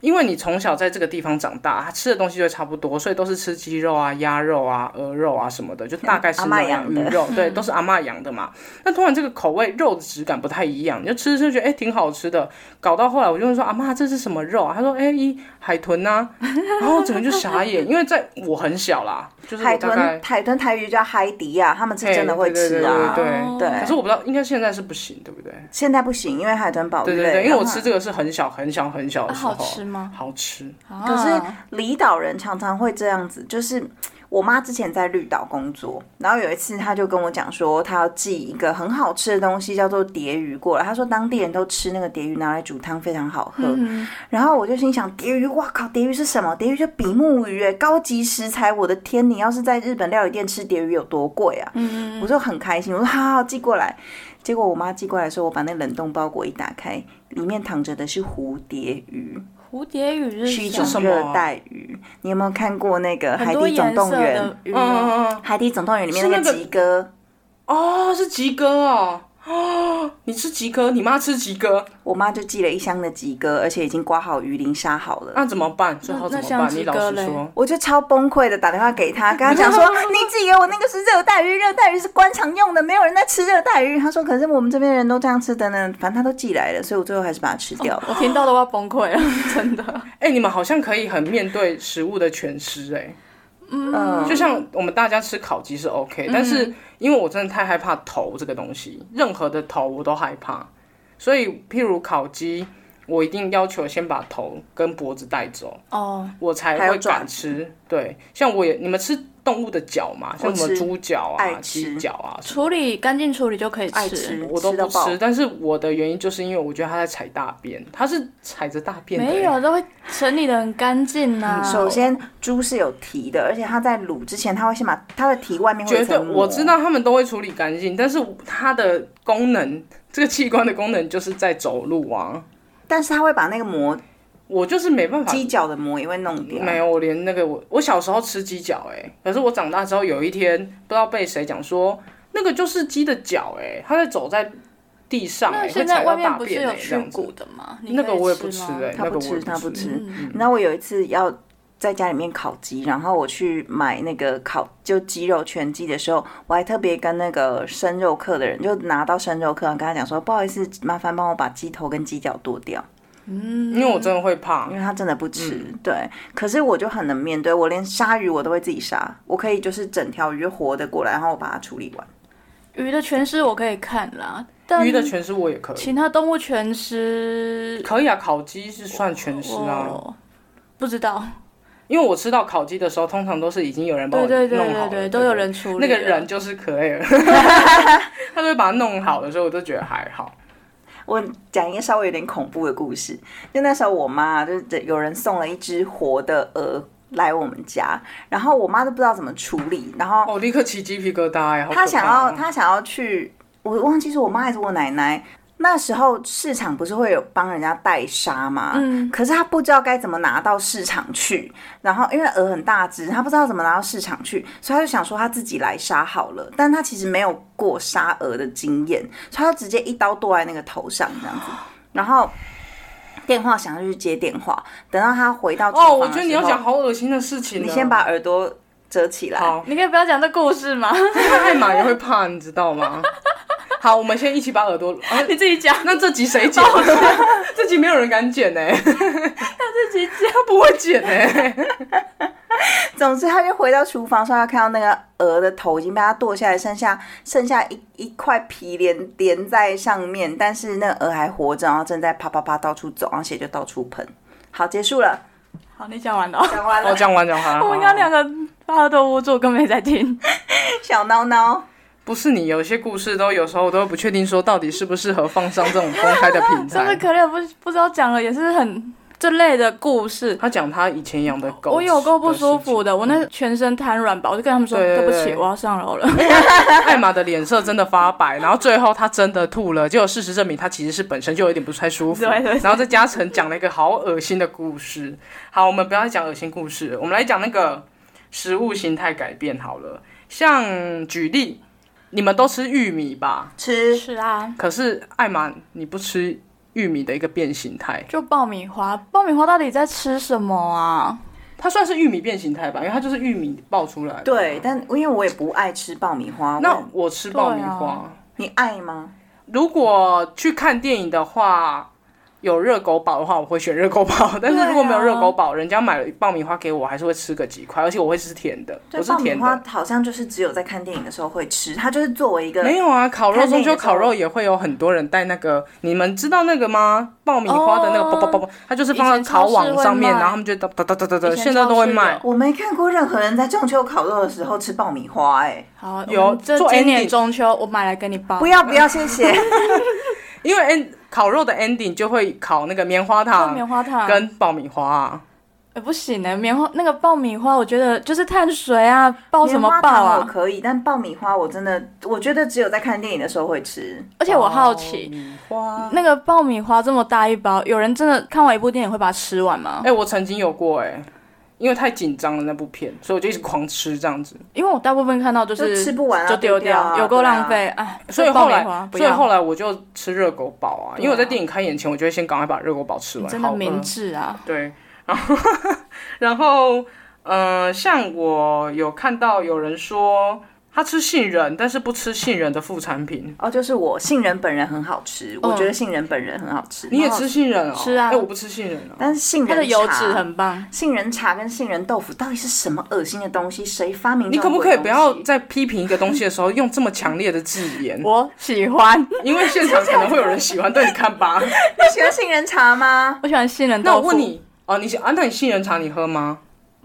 S3: 因为你从小在这个地方长大，吃的东西就会差不多，所以都是吃鸡肉啊、鸭肉啊、鹅肉啊什么的，就大概是
S1: 阿嬷
S3: 那样
S1: 养
S3: 鱼
S1: 的
S3: 肉，对，都是阿妈养的嘛。那突然这个口味肉的质感不太一样，你就吃吃就觉得哎、挺好吃的，搞到后来我就问说阿妈这是什么肉啊？她说哎、一海 豚呐、然后我整个就傻眼，因为在我很小啦，就是
S1: 海
S3: 我大
S1: 豚
S3: 概，
S1: 海豚台语就叫海迪啊，他们是真的会吃啊。
S3: 对对对对对
S2: 哦
S1: 对
S3: 可是我不知道，应该现在是不行，对不对？
S1: 现在不行，因为海豚
S2: 哦
S1: 保育
S3: 对
S1: 类。
S3: 对对，因为我
S1: 然后
S3: 吃这个是很小很小很小的
S2: 啊
S3: 时候，
S2: 好吃吗？啊
S3: 好吃。
S1: 可
S2: 可
S1: 是离岛人常常会这样子，就是我妈之前在绿岛工作，然后有一次她就跟我讲说，她要寄一个很好吃的东西，叫做蝶鱼过来。她说当地人都吃那个蝶鱼，拿来煮汤非常好喝。
S2: 嗯
S1: 然后我就心想，蝶鱼，哇靠，蝶鱼是什么？蝶鱼就比目鱼，哎，高级食材，我的天！你要是在日本料理店吃蝶鱼有多贵啊？
S2: 嗯
S1: 我就很开心，我说好好好寄过来。结果我妈寄过来的时候，我把那冷冻包裹一打开，里面躺着的是蝴蝶鱼。
S2: 蝴蝶雨是
S1: 是一
S2: 什
S1: 种
S2: 么
S3: 什么
S1: 热带鱼。你有没有看过那个《海
S2: 很多
S1: 底总
S2: 颜色
S1: 动员》？
S2: 的啊鱼
S3: 嗯嗯
S2: 吗，
S3: 嗯嗯。
S1: 海底总动员里面
S3: 是
S1: 那
S3: 那
S1: 个
S3: 个
S1: 吉哥，
S3: 哦，是吉哥哦。 哦，你吃吉哥，你妈吃吉哥，
S1: 我妈就寄了一箱的吉哥，而且已经刮好鱼鳞、杀好了。
S3: 那怎么办？最后怎么
S2: 那像
S3: 办？你
S2: 鸡
S3: 老
S2: 哥
S3: 实
S2: 嘞
S3: 说，
S1: 我就超崩溃的打电话给他，跟他讲说：“你寄给我那个是热带鱼，热带鱼是观赏用的，没有人在吃热带鱼。”他说：“可是我们这边人都这样吃的呢。”反正他都寄来了，所以我最后还是把它吃
S3: 嗯
S1: 掉了。
S2: 我听到都要崩溃了，真的。
S3: 哎、你们好像可以很面对食物的全失、哎、呃
S1: 嗯，
S3: 就像我们大家吃烤鸡是 OK，、但是因为我真的太害怕头这个东西，任何的头我都害怕，所以譬如烤鸡，我一定要求先把头跟脖子带走，
S2: 哦，
S3: 我才
S1: 还有
S3: 会
S1: 爪
S3: 敢吃。对，像我也，你们吃动物的脚嘛，像
S1: 我
S3: 什么
S1: 吃
S3: 猪脚
S1: 爱
S3: 啊、鸡
S1: 吃
S3: 脚啊什么
S2: 处
S3: 的
S2: 理干净处理就可以
S1: 爱
S2: 吃。
S1: 吃
S3: 我都
S1: 吃到
S3: 不
S1: 爆
S3: 吃，，嗯但是我的原因就是因为我觉得他在踩大便，他是踩着大便的欸。
S2: 没有，都会整理的很干净啊呐。
S1: 嗯
S3: 嗯
S1: 首先，猪是有蹄的，而且它在卤之前，它会先把它的蹄外面会有
S3: 绝
S1: 一
S3: 对
S1: 层膜
S3: 我知道他们都会处理干净，但是它的功能，这个器官的功能就是在走路啊。
S1: 但是他会把那个膜
S3: 我就是没办法，
S1: 鸡脚的膜也会弄掉。
S3: 没有，我连那个我我小时候吃鸡脚哎、可是我长大之后有一天不知道被谁讲说那个就是鸡的脚哎、它在走在地上哎、
S2: 那
S3: 会
S2: 现在
S3: 踩到
S2: 外面
S3: 大
S2: 不是
S3: 便哎、
S2: 有
S3: 这
S2: 去
S3: 样
S2: 骨
S3: 子。
S2: 的吗？你
S3: 那个
S2: 可以
S3: 我也不吃
S2: 吗
S3: 哎、
S1: 他
S3: 那个
S1: 不
S3: 我也
S1: 吃，他不吃。
S2: 嗯
S1: 然后我有一次要在家里面烤鸡，然后我去买那个烤就鸡肉全鸡的时候，我还特别跟那个生肉客的人就拿到生肉客，然后跟他讲说，不好意思，麻烦帮我把鸡头跟鸡脚剁掉，
S3: 因为我真的会怕
S1: 因，为他真的不吃。
S3: 嗯
S1: 对，可是我就很能面对，我连鲨鱼我都会自己杀，我可以就是整条鱼活的过来，然后我把它处理完。
S2: 鱼的全尸我可以看啦，但
S3: 鱼的全尸我也可以。
S2: 其他动物全尸
S3: 可以啊，烤鸡是算全尸啊，
S2: 我不知道，
S3: 因为我吃到烤鸡的时候，通常都是已经有人帮我
S2: 对
S3: 弄好
S2: 对
S3: 了，
S2: 对对对，都有
S3: 对
S2: 人处理
S3: 那个
S2: 了
S3: 人就是可爱了， 他就会把它弄好的时候，我就觉得还好。
S1: 我讲一个稍微有点恐怖的故事，就那时候我妈就是有人送了一只活的鹅来我们家，然后我妈都不知道怎么处理，然后
S3: 哦，立刻起鸡皮疙瘩哎！好可怕
S1: 她
S3: 哦
S1: 想要她想要去，我忘记是我妈还是我奶奶，那时候市场不是会有帮人家带杀吗？
S2: 嗯
S1: 可是她不知道该怎么拿到市场去，然后因为鹅很大只，她不知道怎么拿到市场去，所以她就想说她自己来杀好了，但她其实没有过杀鹅的经验，所以她就直接一刀剁在那个头上这样子，然后。电话响，她就去接电话。等到她回到
S3: 哦，
S1: 厨
S3: 我
S1: 房
S3: 觉
S1: 的
S3: 得你要
S1: 时候
S3: 讲好恶心的事情哦。
S1: 你先把耳朵遮起来。
S3: 好，
S2: 你可以不要讲这故事吗？
S3: 艾玛也会怕，你知 道吗？好，我们先一起把耳朵。啊、
S2: 你自己 讲，
S3: 那这集谁剪？ 这集没有人敢剪呢、
S2: 自己讲。
S3: 他不会剪呢、
S1: 总之，他就回到厨房时候，他看到那个鹅的头已经被他剁下来，剩下剩下一一块皮连连在上面，但是那个鹅还活着，然后正在啪啪啪到处走，然后血就到处喷。好，结束了，
S2: 好，你讲完了。
S1: 讲完
S3: 哦，
S1: 了。
S3: 讲完讲 完。
S2: 我们
S3: 好
S2: 刚刚两个发都捂住，根本没在听。
S1: 小孬孬，
S3: 不是你，有些故事都有时候我都不确定，说到底适不适合放上这种公开的 平
S2: 上次
S3: 台。
S2: 可乐不不知道讲了，也是很这类的故事。
S3: 他讲他以前养的狗，
S2: 我有够不舒服。的，我那全身瘫软吧，我就跟他们说
S3: 对对
S2: 对不
S3: 对
S2: 起，我要上楼了。
S3: 艾玛的脸色真的发白，然后最后她真的吐了。结果事实证明，她其实是本身就有点不太舒服。
S2: 对对对
S3: 然后再加成讲了一个好恶心的故事。好，我们不要再讲恶心故事了，我们来讲那个食物形态改变好了。像举例，你们都吃玉米吧？
S1: 吃
S2: 是啊，
S3: 可是艾玛你不吃玉米的一个变形态，
S2: 就爆米花，爆米花到底在吃什么啊？
S3: 它算是玉米变形态吧，因为它就是玉米爆出来的。
S1: 对，但因为我也不爱吃爆米花，
S3: 那
S1: 我
S3: 我吃爆米花。
S2: 对啊
S1: 你爱吗？
S3: 如果去看电影的话，有热狗堡的话，我会选热狗
S2: 啊
S3: 堡。但是如果没有热狗堡，人家买了爆米花给我，还是会吃个几块，而且我会吃甜的，我
S1: 对，
S3: 是
S1: 爆米
S3: 甜
S1: 花
S3: 的。
S1: 好像就是只有在看电影的时候会吃，它就是作为一个
S3: 没有啊，烤肉
S1: 看电
S3: 中
S1: 影的时
S3: 秋
S1: 候
S3: 烤肉也会有很多人带那个，你们知道那个吗？爆米花的那个
S2: 哦
S3: 啵啵啵啵，它就是放
S2: 以
S3: 在
S2: 前超
S3: 烤
S2: 市
S3: 网上面，
S2: 哦会卖
S3: 然后他们就哒哒哒哒哒哒，
S2: 以前
S3: 现在都会
S2: 超市
S3: 卖
S2: 有。
S1: 我没看过任何人在中秋烤肉的时候吃爆米花、哎，
S2: 好，
S3: 有
S2: 我们这
S3: 做
S2: 今
S3: ending
S2: 年中秋我买来给你包
S1: 不。要不要，谢谢。
S3: 因为 end 烤肉的 ending 就会烤那个棉花
S2: 爆
S3: 糖
S2: 棉花糖
S3: 跟爆米花啊，
S2: 哎不行呢，棉花那个爆米花，我觉得就是碳水啊，
S3: 哦
S2: 爆什么爆
S1: 棉花糖我
S2: 啊？
S1: 可以，但爆米花我真的，我觉得只有在看电影的时候会吃。
S2: 而哎且我好奇，
S3: 爆米花。
S2: 那个爆米花这么大一包，有人真的看完一部电影会把它吃完吗
S3: 哎、？我曾经有过哎、因为太紧张了那部片，所以我就一直狂吃这样子。
S2: 因为我大部分看到就
S1: 就是吃不完啊
S2: 就丢
S1: 丢掉啊
S2: 有够浪费，哎，
S3: 所以
S2: 这爆
S3: 后
S2: 米
S3: 来
S2: 花，不
S3: 所以
S2: 要，
S3: 后来我就吃热狗堡啊，
S2: 对啊
S3: 因为我在电影开演前，我就会先赶快把热狗堡吃
S2: 你
S3: 完。
S2: 真的
S3: 好饿
S2: 明智啊！
S3: 对， 然后然后呃，像我有看到有人说他吃杏仁，但是不吃杏仁的副产品。
S1: 哦，就是我杏仁本人很好吃，我觉得杏仁本人很好吃。
S3: 嗯你也吃杏仁哦？
S2: 吃啊
S3: 哎、我不吃杏仁哦。
S1: 但是杏仁
S2: 它
S1: 茶
S2: 的油脂很棒，
S1: 杏仁茶跟杏仁豆腐到底是什么恶心的东西？谁发明？
S3: 你可不可以不要？在批评一个东西的时候用这么强烈的字眼？
S2: 我喜欢，
S3: 因为现场可能会有人喜欢，对你看吧。
S1: 你喜欢杏仁茶吗？
S2: 我喜欢杏仁
S3: 那
S2: 豆
S3: 我
S2: 腐。
S3: 问你，哦，你喜啊？那你杏仁茶你喝吗？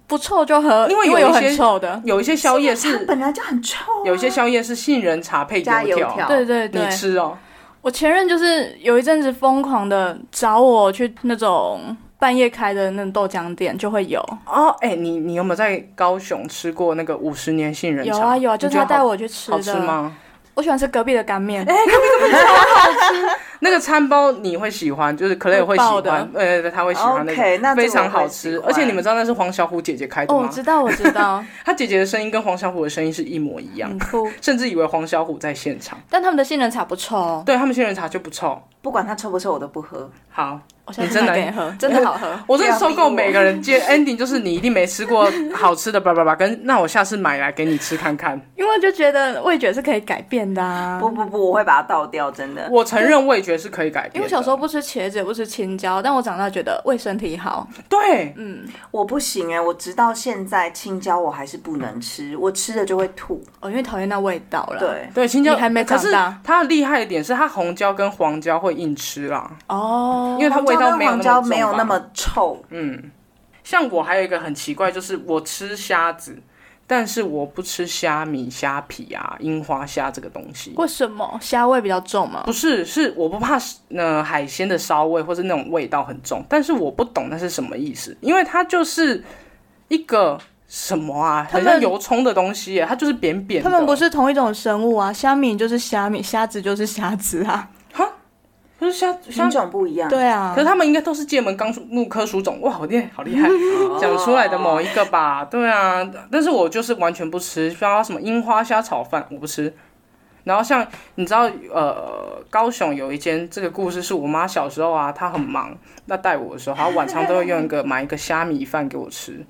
S2: 不臭就喝，
S3: 因
S2: 因
S3: 为有
S2: 有
S3: 一些
S2: 很臭的，
S3: 有一些宵夜
S1: 它
S3: 是，
S1: 本来就很臭、啊。
S3: 有一些宵夜是杏仁茶配
S1: 加
S3: 油
S1: 油
S3: 条，
S1: 条
S2: 对对对
S3: 你。吃哦。
S2: 我前任就是有一阵子疯狂的找我去那种半夜开的那种豆浆店，就会有，
S3: 哦，哎、你你有没有在高雄吃过那个五十年杏仁茶？
S2: 有啊有啊，就是他
S3: 你觉得
S2: 带
S3: 好
S2: 我去吃
S3: 好
S2: 的。
S3: 吃？吗？哎
S2: 我喜欢吃隔壁的干面。
S3: 那个餐包你会喜欢，就是 Clay 会
S2: 会
S3: 喜
S2: 爆的
S3: 欢，哎对对对，他会喜欢那个
S1: OK，那这个
S3: 非常好
S1: 我
S3: 吃。
S1: 会
S3: 而
S1: 喜欢
S3: 且你们知道那是黄小虎姐姐开的
S2: 哦，我
S3: 吗？
S2: 知道，我知 道，
S3: 她姐姐的声音跟黄小虎的声音是一模一样，
S2: 很酷。
S3: 甚至以为黄小虎在现场。
S2: 但他们的杏仁茶不臭哦，
S3: 对他们杏仁茶就不臭。
S1: 不管它臭不臭，我都不喝。
S3: 好，
S2: 我下
S3: 你
S2: 次
S3: 真
S2: 买给
S3: 难
S2: 你喝， 真的好喝。
S3: 我真的
S1: 不要
S3: 受
S1: 逼
S3: 够
S1: 我
S3: 每个人接 ending，就是你一定没 吃过好吃的叭叭叭，跟那我下次买来给你吃看看。
S2: 因为就觉得味觉是可以改变的啊。
S1: 不不不，我会把它倒掉，真的。
S3: 我承认味觉是可以改变的，
S2: 因为我小时候不吃茄子，也不吃青椒，但我长大觉得为身体好。
S3: 对，
S2: 嗯，
S1: 我不行哎、我直到现在青椒我还是不能吃，我吃了就会吐。
S2: 哦，因为讨厌那味道了。，
S1: 对，
S3: 对青椒
S2: 你还没长大
S3: 可是它的厉害的点是它红椒跟黄椒会硬吃啦，
S2: 哦，
S3: 因为它味道没有
S1: 黄椒
S3: 那么重吧
S1: 没有那么臭，
S3: 嗯。像我还有一个很奇怪，就是我吃虾子，但是我不吃虾米、虾皮啊、樱花虾这个东西。
S2: 为什么虾味比较重吗？
S3: 不是，是我不怕呃海鲜的骚味或是那种味道很重，但是我不懂那是什么意思，因为它就是一个什么啊，
S2: 他
S3: 很
S2: 们
S3: 像油葱的东西耶，它就是扁扁的。
S2: 它们不是同一种生物啊，虾米就是虾米，虾子就是虾子啊。
S3: 不是虾
S1: 品
S3: 虾，
S1: 种不一样。
S2: 对啊
S3: 可是，他们应该都是界门纲目科属种。哇，好厉害，好厉害，讲出来的某一个吧？对啊，但是我就是完全不吃，像什么樱花虾炒饭我不吃。然后像你知道，呃，高雄有一间这个故事是我妈小时候啊，她很忙，那带我的时候，她晚上都会用一个买一个虾米饭给我吃。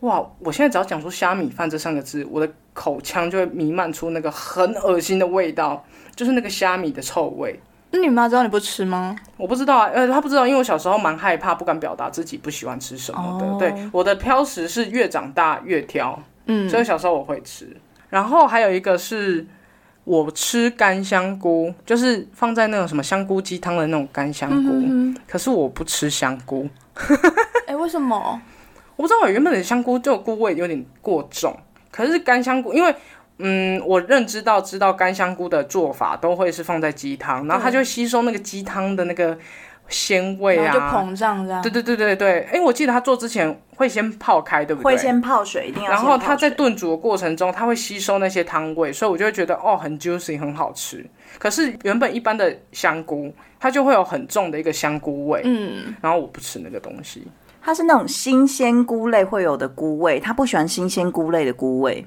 S3: 哇！我现在只要讲出虾米饭这三个字，我的口腔就会弥漫出那个很恶心的味道，就是那个虾米的臭味。
S2: 那你妈知道你不吃吗？
S3: 我不知道啊，呃，他不知道，因为我小时候蛮害怕，不敢表达自己不喜欢吃什么的。
S2: 哦
S3: 对，我的挑食是越长大越挑，
S2: 嗯
S3: 所以小时候我会吃。然后还有一个是我吃干香菇，就是放在那种什么香菇鸡汤的那种干香
S2: 嗯
S3: 菇，可是我不吃香菇，
S2: 哎、为什么？
S3: 我不知道我原本的香菇就菇味有点过重，可是干香菇因为。嗯，我认知到知道干香菇的做法都会是放在鸡汤，然后它就会吸收那个鸡汤的那个鲜味
S2: 然
S3: 啊，
S2: 后就膨胀这样
S3: 对。对对对对，哎、我记得他做之前会先泡开，对不对？
S1: 会先泡水，一定要
S3: 然
S1: 先泡水。
S3: 后它在炖煮的过程中，它会吸收那些汤味，所以我就会觉得哦，很 juicy，很好吃。可是原本一般的香菇，它就会有很重的一个香菇味，
S2: 嗯，
S3: 然后我不吃那个东西。
S1: 它是那种新鲜菇类会有的菇味，它不喜欢新鲜菇类的菇味。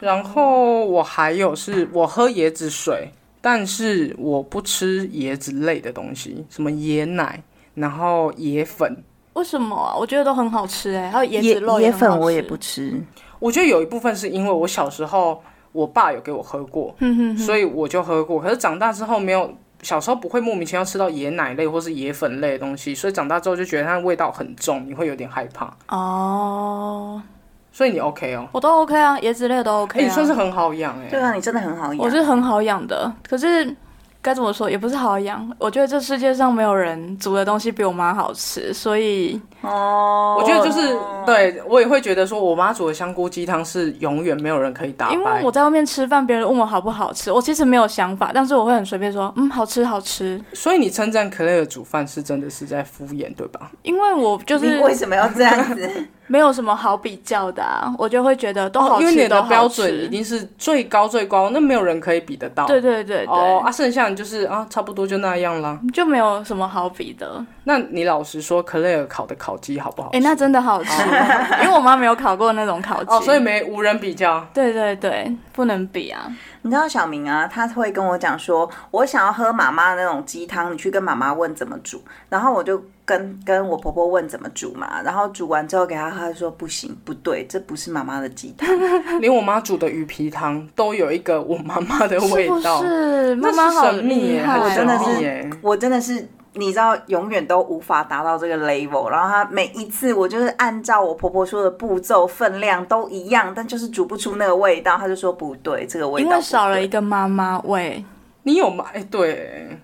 S3: 然后我还有是我喝椰子水，但是我不吃椰子类的东西，什么椰奶，然后椰粉，
S2: 为什么啊？我觉得都很好吃哎、还有椰子肉
S1: 椰
S2: 很好
S1: 粉我也
S2: 吃
S1: 不。吃，
S3: 我觉得有一部分是因为我小时候我爸有给我喝过，
S2: 嗯
S3: 所以我就喝过。可是长大之后没有，小时候不会莫名其妙吃到椰奶类或是椰粉类的东西，所以长大之后就觉得它的味道很重，你会有点害怕。
S2: 哦，
S3: 所以你 OK 哦？
S2: 我都 OK 啊，椰子类都
S3: 哎、
S2: OK 啊。
S3: 你算是很好养哎、
S1: 对啊，你真的很好养。
S2: 我是很好养的，可是该怎么说也不是好养。我觉得这世界上没有人煮的东西比我妈好吃，所以
S1: 哦，
S3: 我觉得就是，对我也会觉得说，我妈煮的香菇鸡汤是永远没有人可以打败。
S2: 因为我在外面吃饭，别人问我好不好吃，我其实没有想法，但是我会很随便说，嗯，好吃好吃，
S3: 所以你称赞 Claire 的煮饭是真的是在敷衍，对吧？
S2: 因为我就
S1: 你
S2: 是
S1: 为什么要这样子？
S2: 没有什么好比较的、啊，我就会觉得都好吃，
S3: 因为你
S2: 都
S3: 的
S2: 好
S3: 标
S2: 吃
S3: 准一定是最高最高，那没有人可以比得到。
S2: 对对对对，
S3: 哦，啊，剩下你就是啊，差不多就那样啦。
S2: 就没有什么好比的。
S3: 那你老实说，克莱尔烤的烤鸡好不好吃？
S2: 哎、那真的好吃，哦 因为我妈没有烤过那种烤鸡，
S3: 哦，所以没无人 比较。
S2: 对对对，不能比啊。
S1: 你知道小明啊，他会跟我讲说，我想要喝妈妈那种鸡汤，你去跟妈妈问怎么煮。然后我就跟跟我婆婆问怎么煮嘛，然后煮完之后给她喝，她就说不行，不对，这不是妈妈的鸡汤。
S3: 连我妈煮的鱼皮汤都有一个我妈妈的味
S2: 是不
S3: 道，
S2: 是？
S3: 那
S2: 妈
S3: 是
S2: 妈好
S3: 神秘
S2: 厉
S3: 耶
S2: 害哦，
S3: 很
S1: 真的
S3: 神秘
S1: 是
S3: 耶
S1: 我真的是。你知道，永远都无法达到这个 level。然后他每一次，我就是按照我婆婆说的步骤、分量都一样，但就是煮不出那个味道。他就说不对，这个味道
S2: 因
S1: 不
S2: 为
S1: 对
S2: 少了一个妈妈味。
S3: 你有吗？哎、对，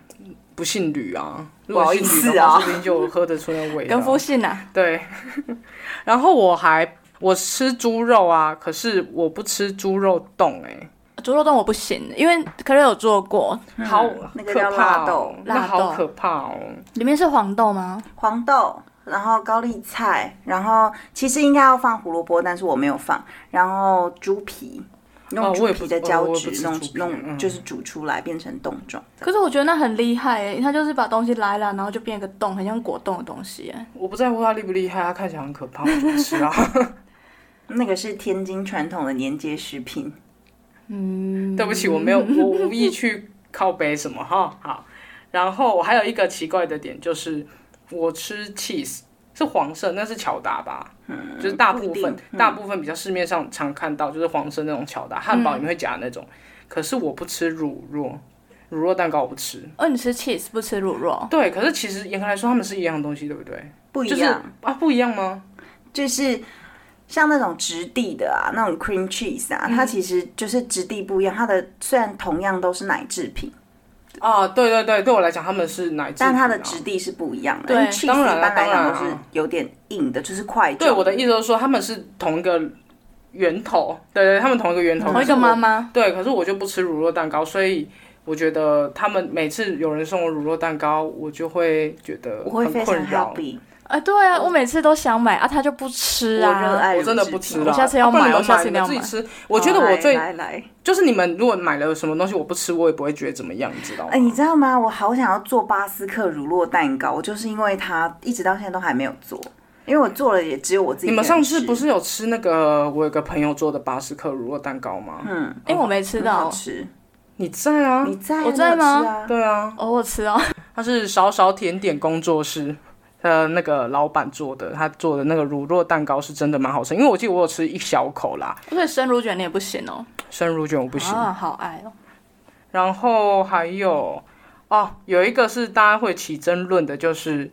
S3: 不姓吕啊。如果
S1: 不好
S3: 姓
S1: 意
S3: 吕
S1: 思
S3: 的话，
S1: 啊
S3: 说不定就喝得出那味道。
S2: 跟夫姓啊，
S3: 对， 然后我还我吃猪肉啊，可是我不吃猪肉冻哎、
S2: 猪肉冻我不行，因为可乐有做过，
S3: 好
S1: 嗯那个
S3: 可
S1: 叫
S3: 怕
S1: 辣
S3: 哦
S1: 豆，
S3: 那好
S2: 辣豆
S3: 可怕哦。
S2: 里面是黄豆吗？
S1: 黄豆，然后高丽菜，然后其实应该要放胡萝卜，但是我没有放，然后猪皮，
S3: 哦
S1: 用
S3: 我
S1: 猪
S3: 也不
S1: 皮的
S3: 哦
S1: 胶
S3: 我也不
S1: 质
S3: 吃
S1: 弄
S3: 猪皮
S1: 弄，
S3: 嗯
S1: 就是煮出来变成冻状。
S2: 可是我觉得那很厉害诶、它就是把东西拉一拉，然后就变一个洞，很像果冻的东西、欸。
S3: 我不在乎它厉不厉害，它看起来很可怕，我就不吃啊。
S1: 那个是天津传统的年节食品，
S3: 对不起，我没有，
S1: 嗯
S3: 我无意去靠背什么哈。好，然后我还有一个奇怪的点就是，我吃 cheese 是黄色，那是巧达吧？就是大部
S1: 嗯不一
S3: 分
S1: 定、
S3: 大部分比较市面上常看到就是黄色那种巧达，汉堡里面会夹那种。可是我不吃乳酪，乳酪蛋糕我不吃。
S2: 哦，你吃 cheese 不吃乳酪？
S3: 对，可是其实严格来说，它们是一样的东西，对不对？
S1: 哦不一
S3: 就是
S1: 样，
S3: 啊，不一样吗？
S1: 就是。像那种质地的啊，那种
S3: 嗯
S1: cream cheese 啊，它其实就是质地不一样。它的虽然同样都是奶制品，
S3: 啊，对对对，对我来讲他们是奶制品啊、
S1: 但它的质地是不一样的。
S2: 对
S1: 因为 cheese
S3: 当然
S1: 一
S3: 啊
S1: 般来
S3: 当然
S1: 讲
S3: 啊
S1: 都是有点硬的，就是块状。
S3: 对我的意思就是说他们是同一个源头，对对，他们同一个源头，
S2: 同一
S3: 可是
S2: 个
S3: 我
S2: 妈妈，
S3: 对，可是我就不吃乳酪蛋糕，所以我觉得他们每次有人送我乳酪蛋糕，我就会觉得
S1: 我会
S3: 很
S1: 非
S3: 困
S1: 常
S3: 扰。
S1: happy，
S2: 哎，对啊，我每次都想买啊，他就不吃
S1: 嗯我热
S2: 啊。
S1: 爱乳
S3: 哎我
S1: 制品，
S3: 真的不吃了，
S2: 我下次要
S3: 啊不然
S2: 买
S3: 你
S2: 我
S3: 们
S2: 下次
S3: 你
S2: 一定
S3: 们
S2: 要
S3: 自己
S2: 买哎
S3: 吃。我觉得我最
S1: 来来来，
S3: 就是你们如果买了什么东西我不吃，我也不会觉得怎么样，你知道吗？
S1: 哎、你知道吗？我好想要做巴斯克乳酪蛋糕，就是因为它一直到现在都还没有做，因为我做了也只有我自己一
S3: 你
S1: 个
S3: 们
S1: 人吃。
S3: 上次不是有吃那个我有个朋友做的巴斯克乳酪蛋糕吗？嗯，
S2: 哎，我没吃
S1: 很好
S2: 到，
S1: 吃？
S3: 你在啊？
S1: 你在啊？
S2: 我在吗
S1: 你有吃啊
S3: 对啊，
S2: 哦，我吃哦，
S3: 它是少少甜点工作室。呃，那个老板做的，他做的那个乳酪蛋糕是真的蛮好吃，因为我记得我有吃一小口啦，
S2: 所以生乳卷你也不行哦，
S3: 生乳卷我不行，
S2: 啊，好爱哦，
S3: 然后还有哦，有一个是大家会起争论的，就是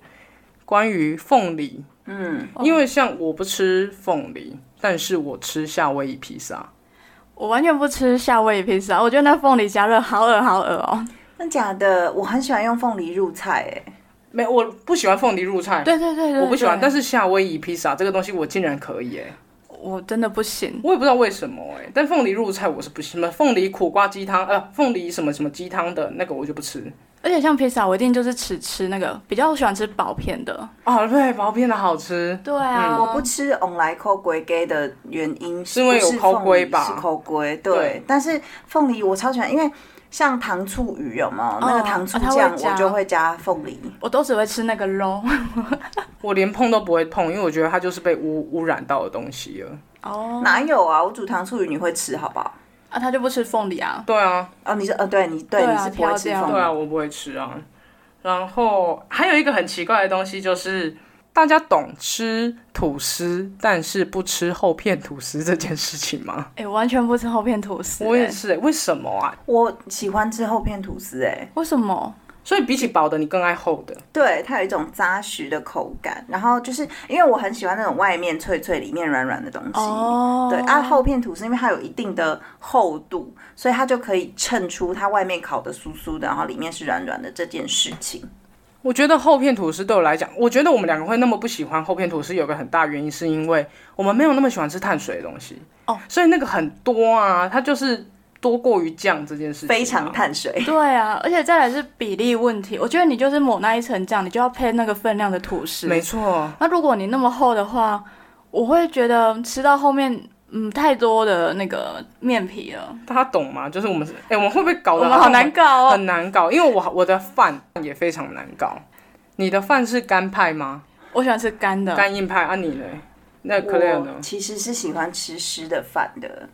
S3: 关于凤梨。嗯，因为像我不吃凤梨，但是我吃夏威夷披萨。
S2: 我完全不吃夏威夷披萨，我觉得那凤梨加热好恶好恶哦。
S1: 真假的？我很喜欢用凤梨入菜、哎，
S3: 没，我不喜欢凤梨入菜，
S2: 对对对对，
S3: 我不喜欢。但
S2: 是
S3: 是夏威夷披萨这个东西，我竟然可以哎、
S2: 我真的不行。
S3: 我也不知道为什么哎、但凤梨入菜我是不行的，凤梨苦瓜鸡汤，呃，凤梨什么什么鸡汤的那个我就不吃。
S2: 而且像披萨，我一定就是只吃那个，比较喜欢吃薄片的。
S3: 哦，对，薄片的好吃。
S2: 对啊，
S1: 我不吃 on 来抠龟给的原因
S3: 是因为有
S1: 不是凤梨
S3: 抠龟吧
S1: 是抠龟，对。
S3: 对
S1: 但是凤梨我超喜欢，因为像糖醋鱼有没有、那个糖醋
S2: 啊它会
S1: 酱，
S2: 加
S1: 我就会加凤梨。
S2: 我都只会吃那个肉。
S3: 我连碰都不会碰，因为我觉得它就是被污污染到的东西了。
S2: 哦，
S1: 哪有啊？我煮糖醋鱼你会吃好不好？
S2: 啊，他就不吃凤梨啊。
S3: 对啊，
S1: 哦，你是呃，对你对
S2: 对啊
S1: 你是不会吃
S2: 挑掉
S1: 凤
S3: 对
S1: 梨
S3: 啊，我不会吃啊。然后还有一个很奇怪的东西，就是大家懂吃吐司，但是不吃厚片吐司这件事情吗？
S2: 哎、我完全不吃厚片吐司、
S3: 我也
S2: 哎
S3: 是、欸，为什么啊？
S1: 我喜欢吃厚片吐司、哎，
S2: 为什么？
S3: 所以比起薄的，你更爱厚的。
S1: 对，它有一种扎实的口感，然后就是因为我很喜欢那种外面脆脆、里面软软的东西。
S2: 哦，
S1: 对，啊，厚片吐司因为它有一定的厚度，所以它就可以衬出它外面烤的酥酥的，然后里面是软软的这件事情。
S3: 我觉得厚片吐司对我来讲，我觉得我们两个会那么不喜欢厚片吐司，有个很大原因是因为我们没有那么喜欢吃碳水的东西
S2: 哦，
S3: 所以那个很多啊，它就是多过于酱这件事情啊、
S1: 非常碳水，
S2: 对啊，而且再来是比例问题。我觉得你就是抹那一层酱，你就要配那个分量的吐司。
S3: 没错，
S2: 那如果你那么厚的话，我会觉得吃到后面，嗯，太多的那个面皮了，
S3: 大家懂吗？就是我们是，哎、我们会不会搞
S2: 我
S3: 得
S2: 们好
S3: 像
S2: 难搞哦。
S3: 很难搞，因为我我的饭也非常难搞。你的饭是干派吗？
S2: 我喜欢吃干的，
S3: 干硬派啊？你呢？那 Claire 呢
S1: 我？其实是喜欢吃湿的饭的，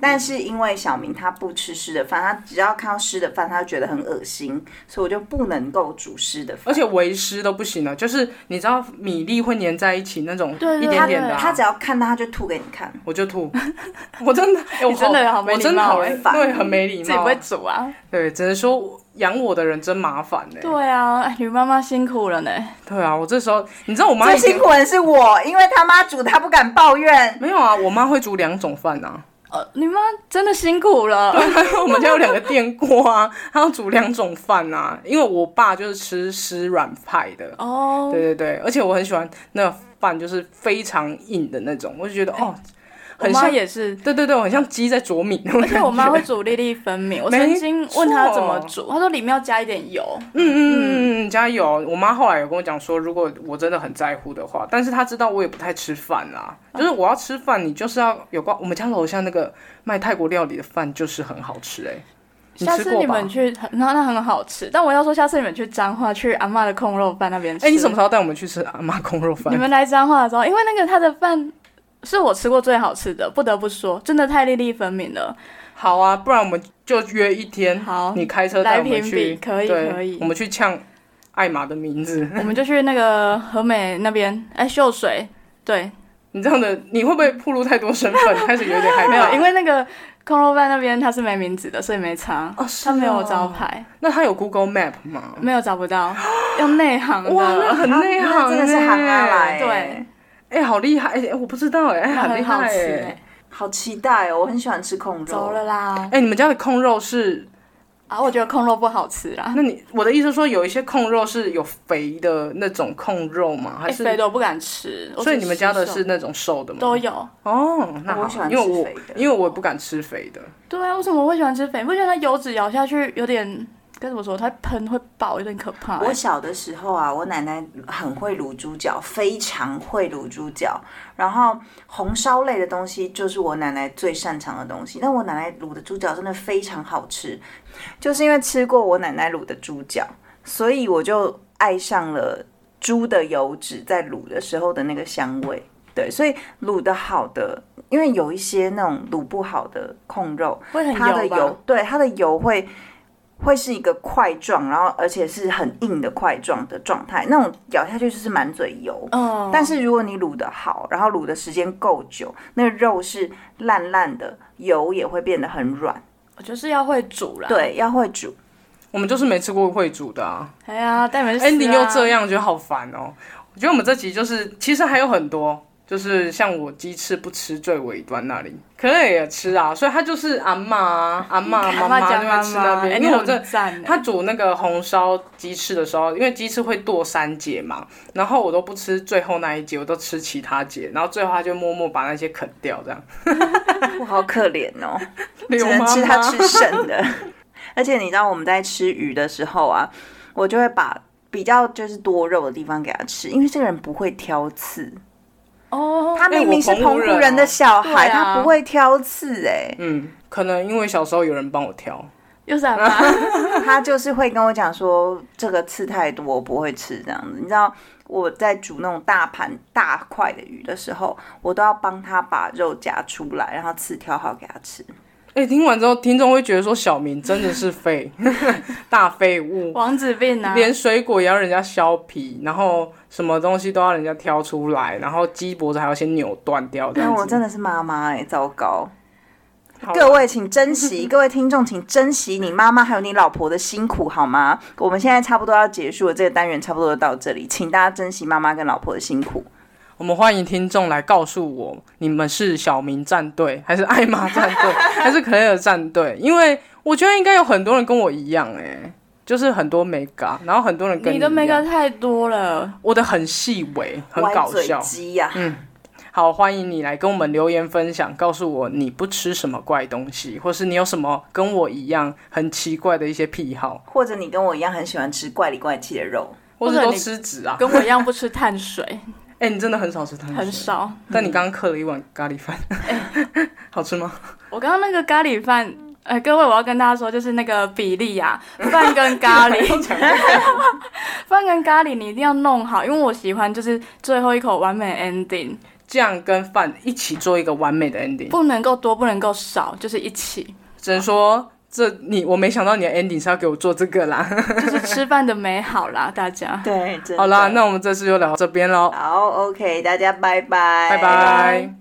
S1: 但是因为小明他不吃湿的饭，他只要看到湿的饭，他就觉得很恶心，所以我就不能够煮湿的饭。
S3: 而且为师都不行了，就是你知道米粒会粘在一起那种，
S2: 对对
S3: 一点点的、啊，
S1: 他只要看到他就吐给你看。
S3: 我就吐， 我真的，哎我
S2: 你真的好没
S3: 我
S2: 礼
S3: 真的
S2: 貌
S3: 好
S2: 哎
S3: 对，很没礼欸
S2: 自己不
S3: 貌
S2: 会，煮啊。
S3: 对，只能说养我的人真麻烦呢、
S2: 对啊，哎你妈妈辛苦了呢。
S3: 对啊，我这时候你知道我妈
S1: 最
S3: 以前
S1: 辛苦的是我，因为他妈煮，他不敢抱怨。
S3: 没有啊，我妈会煮两种饭啊，
S2: 呃，你妈真的辛苦了。
S3: 我们家有两个电锅啊，她要煮两种饭啊，因为我爸就是吃湿软派的，
S2: 哦，
S3: 对对对，而且我很喜欢那个饭，就是非常硬的那种，我就觉得哦，
S2: 我
S3: 很
S2: 妈
S3: 像，
S2: 也 是。
S3: 对对对，我很像鸡在啄米那种
S2: 而
S3: 感觉。
S2: 且我妈会煮粒粒分明，我
S3: 没
S2: 曾经问她
S3: 错
S2: 怎么煮，她说里面要加一点油。
S3: 嗯嗯嗯嗯，加油！我妈后来有跟我讲说，如果我真的很在乎的话，但是她知道我也不太吃饭啦，
S2: 嗯
S3: 就是我要吃饭，你就是要有关我们家楼下那个卖泰国料理的饭就是很好吃哎、你
S2: 下
S3: 吃
S2: 次你
S3: 过吧
S2: 们？去，那那很好吃。但我要说，下次你们去彰化，去阿嬷的控肉饭那边吃。
S3: 哎、你什么时候带我们去吃阿妈空肉饭
S2: 你？们来彰化的时候，因为那个他的饭是我吃过最好吃的，不得不说，真的太粒粒分明了。
S3: 好啊，不然我们就约一天，
S2: 好
S3: 你开车带我们
S2: 来评
S3: 去，
S2: 比可以
S3: 对
S2: 可以
S3: 我们去呛艾玛的名字。
S2: 我们就去那个和美那边，哎，秀水，对，
S3: 你这样的，你会不会暴露太多身份？开始有点害 怕。
S2: 没有，因为那个空肉饭那边它是没名字的，所以没差。
S3: 哦，是
S2: 它没有
S3: 哦
S2: 招。牌，
S3: 那他有 Google Map 吗？
S2: 没有找不到， 要内行
S3: 哇，那
S2: 的，
S3: 很内行、欸，
S1: 啊真的是行啊来，
S2: 对，
S3: 哎、好厉害！哎、我不知道哎、
S2: 那
S3: 很厉
S2: 很好
S3: 害
S2: 吃
S3: 哎、
S2: 哎、
S1: 好期待哦！我很喜欢吃控肉。
S2: 走了啦，
S3: 哎、你们家的控肉是
S2: 啊，我觉得控肉不好吃啦，
S3: 那你我的意思说，有一些控肉是有肥的那种控肉吗？还
S2: 哎，
S3: 是、
S2: 肥的我不敢吃。我
S3: 所以
S2: 只
S3: 你们家的
S2: 吃
S3: 是那种瘦的吗？
S2: 都有，
S3: 哦，那
S1: 我喜
S3: 好，
S1: 欢
S3: 因为
S1: 吃
S3: 我
S1: 肥的
S3: 因为我也不敢吃肥的，
S2: 对啊，为什么我会喜欢吃肥？你不觉得它油脂咬下去有点该怎么说？它会喷会爆，有点可怕、
S1: 我
S2: 欸。
S1: 小的时候啊，我奶奶很会卤猪脚，非常会卤猪脚。然后红烧类的东西就是我奶奶最擅长的东西。那我奶奶卤的猪脚真的非常好吃，就是因为吃过我奶奶卤的猪脚，所以我就爱上了猪的油脂在卤的时候的那个香味。对，所以卤的好的，因为有一些那种卤不好的控肉，
S2: 会
S3: 嗯
S2: 很
S1: 它的
S2: 油吧？
S1: 油，对它的油会会是一个块状，然后而且是很硬的块状的状态，那种咬下去就是满嘴油。
S3: 哦
S2: 嗯，
S1: 但是如果你卤的好，然后卤的时间够久，那个肉是烂烂的，油也会变得很软。
S2: 我就是要会煮啦。，
S1: 对，要会煮。
S3: 我们就是没吃过会煮的啊。
S2: 哎呀，但你们是、啊、
S3: 哎，你又这，样，觉得好烦哦。我觉得我们这集就是，其实还有很多，就是像我鸡翅不吃最尾端那里，可乐也吃啊，所以他就是阿嬷啊，阿嬷妈
S2: 妈妈
S3: 就
S2: 讲妈
S3: 会吃那
S2: 妈，哎、
S3: 边，
S2: 你
S3: 因为我
S2: 很
S3: 这
S2: 赞欸、
S3: 他煮那个红烧鸡翅的时候，因为鸡翅会剁三节嘛，然后我都不吃最后那一节，我都吃其他节，然后最后他就默默把那些啃掉，这样。
S1: 我好可怜 哦，
S3: 刘
S1: 只能
S3: 妈
S1: 吃它
S3: 妈
S1: 吃剩的。 而且你知道我们在吃鱼的时候啊，我就会把比较就是多肉的地方给它吃，因为这个人不会挑刺。
S2: 哦，
S1: 他明明是
S3: 哎我
S1: 澎
S3: 澎湖人
S1: 湖人的小孩，
S2: 哦对啊
S1: 他不会挑刺哎、
S3: 嗯，可能因为小时候有人帮我挑，
S2: 又是阿 妈，
S3: 啊
S1: 他就是会跟我讲说这个刺太多，我不会吃这样子。你知道我在煮那种大盘大块的鱼的时候，我都要帮他把肉夹出来，然后刺挑好给他吃。
S3: 哎、听完之后，听众会觉得说小明真的是废， 大废物，
S2: 王子病啊，
S3: 连水果也要人家削皮，然后什么东西都要人家挑出来，然后鸡脖子还要先扭断掉，这
S1: 但
S3: 样
S1: 我
S3: 子。
S1: 真的是妈妈哎，糟糕！
S3: 好
S1: 各位请珍惜，各位听众请珍惜你妈妈还有你老婆的辛苦好吗？我们现在差不多要结束了，这个单元差不多就到这里，请大家珍惜妈妈跟老婆的辛苦。
S3: 我们欢迎听众来告诉我，你们是小明战队，还是艾玛战队，还是 Claire 战队？因为我觉得应该有很多人跟我一样、哎，就是很多美感，然后很多人跟
S2: 你的
S3: 美
S2: 每个太多了，
S3: 我的很细微，很
S1: 歪
S3: 搞
S1: 嘴
S3: 笑。
S1: 鸡呀、
S3: 好，欢迎你来跟我们留言分享，告诉我你不吃什么怪东西，或是你有什么跟我一样很奇怪的一些癖好，
S1: 或者你跟我一样很喜欢吃怪里怪气的肉，
S3: 或是
S2: 或者
S3: 都
S2: 你
S3: 吃纸啊。
S2: 跟我一样不吃碳 水，
S3: 哎、你真的很少吃汤，
S2: 很。少。
S3: 但你刚刚嗑了一碗咖喱饭， 好吃吗？
S2: 我刚刚那个咖喱饭，呃，各位我要跟大家说，就是那个比例 啊，饭跟咖喱。
S3: 都讲 了
S2: 饭跟咖喱你一定要弄好，因为我喜欢就是最后一口完美 ending，
S3: 酱跟饭一起做一个完美的 ending。
S2: 不能够多，不能够少，就是一起，
S3: 只能说这你我没想到你的 ending 是要给我做这个啦。
S2: 就是吃饭的美好啦，大家。
S1: 对，真的
S3: 好啦，那我们这次就聊到这边喽，
S1: 好，OK，大家拜拜，
S3: 拜拜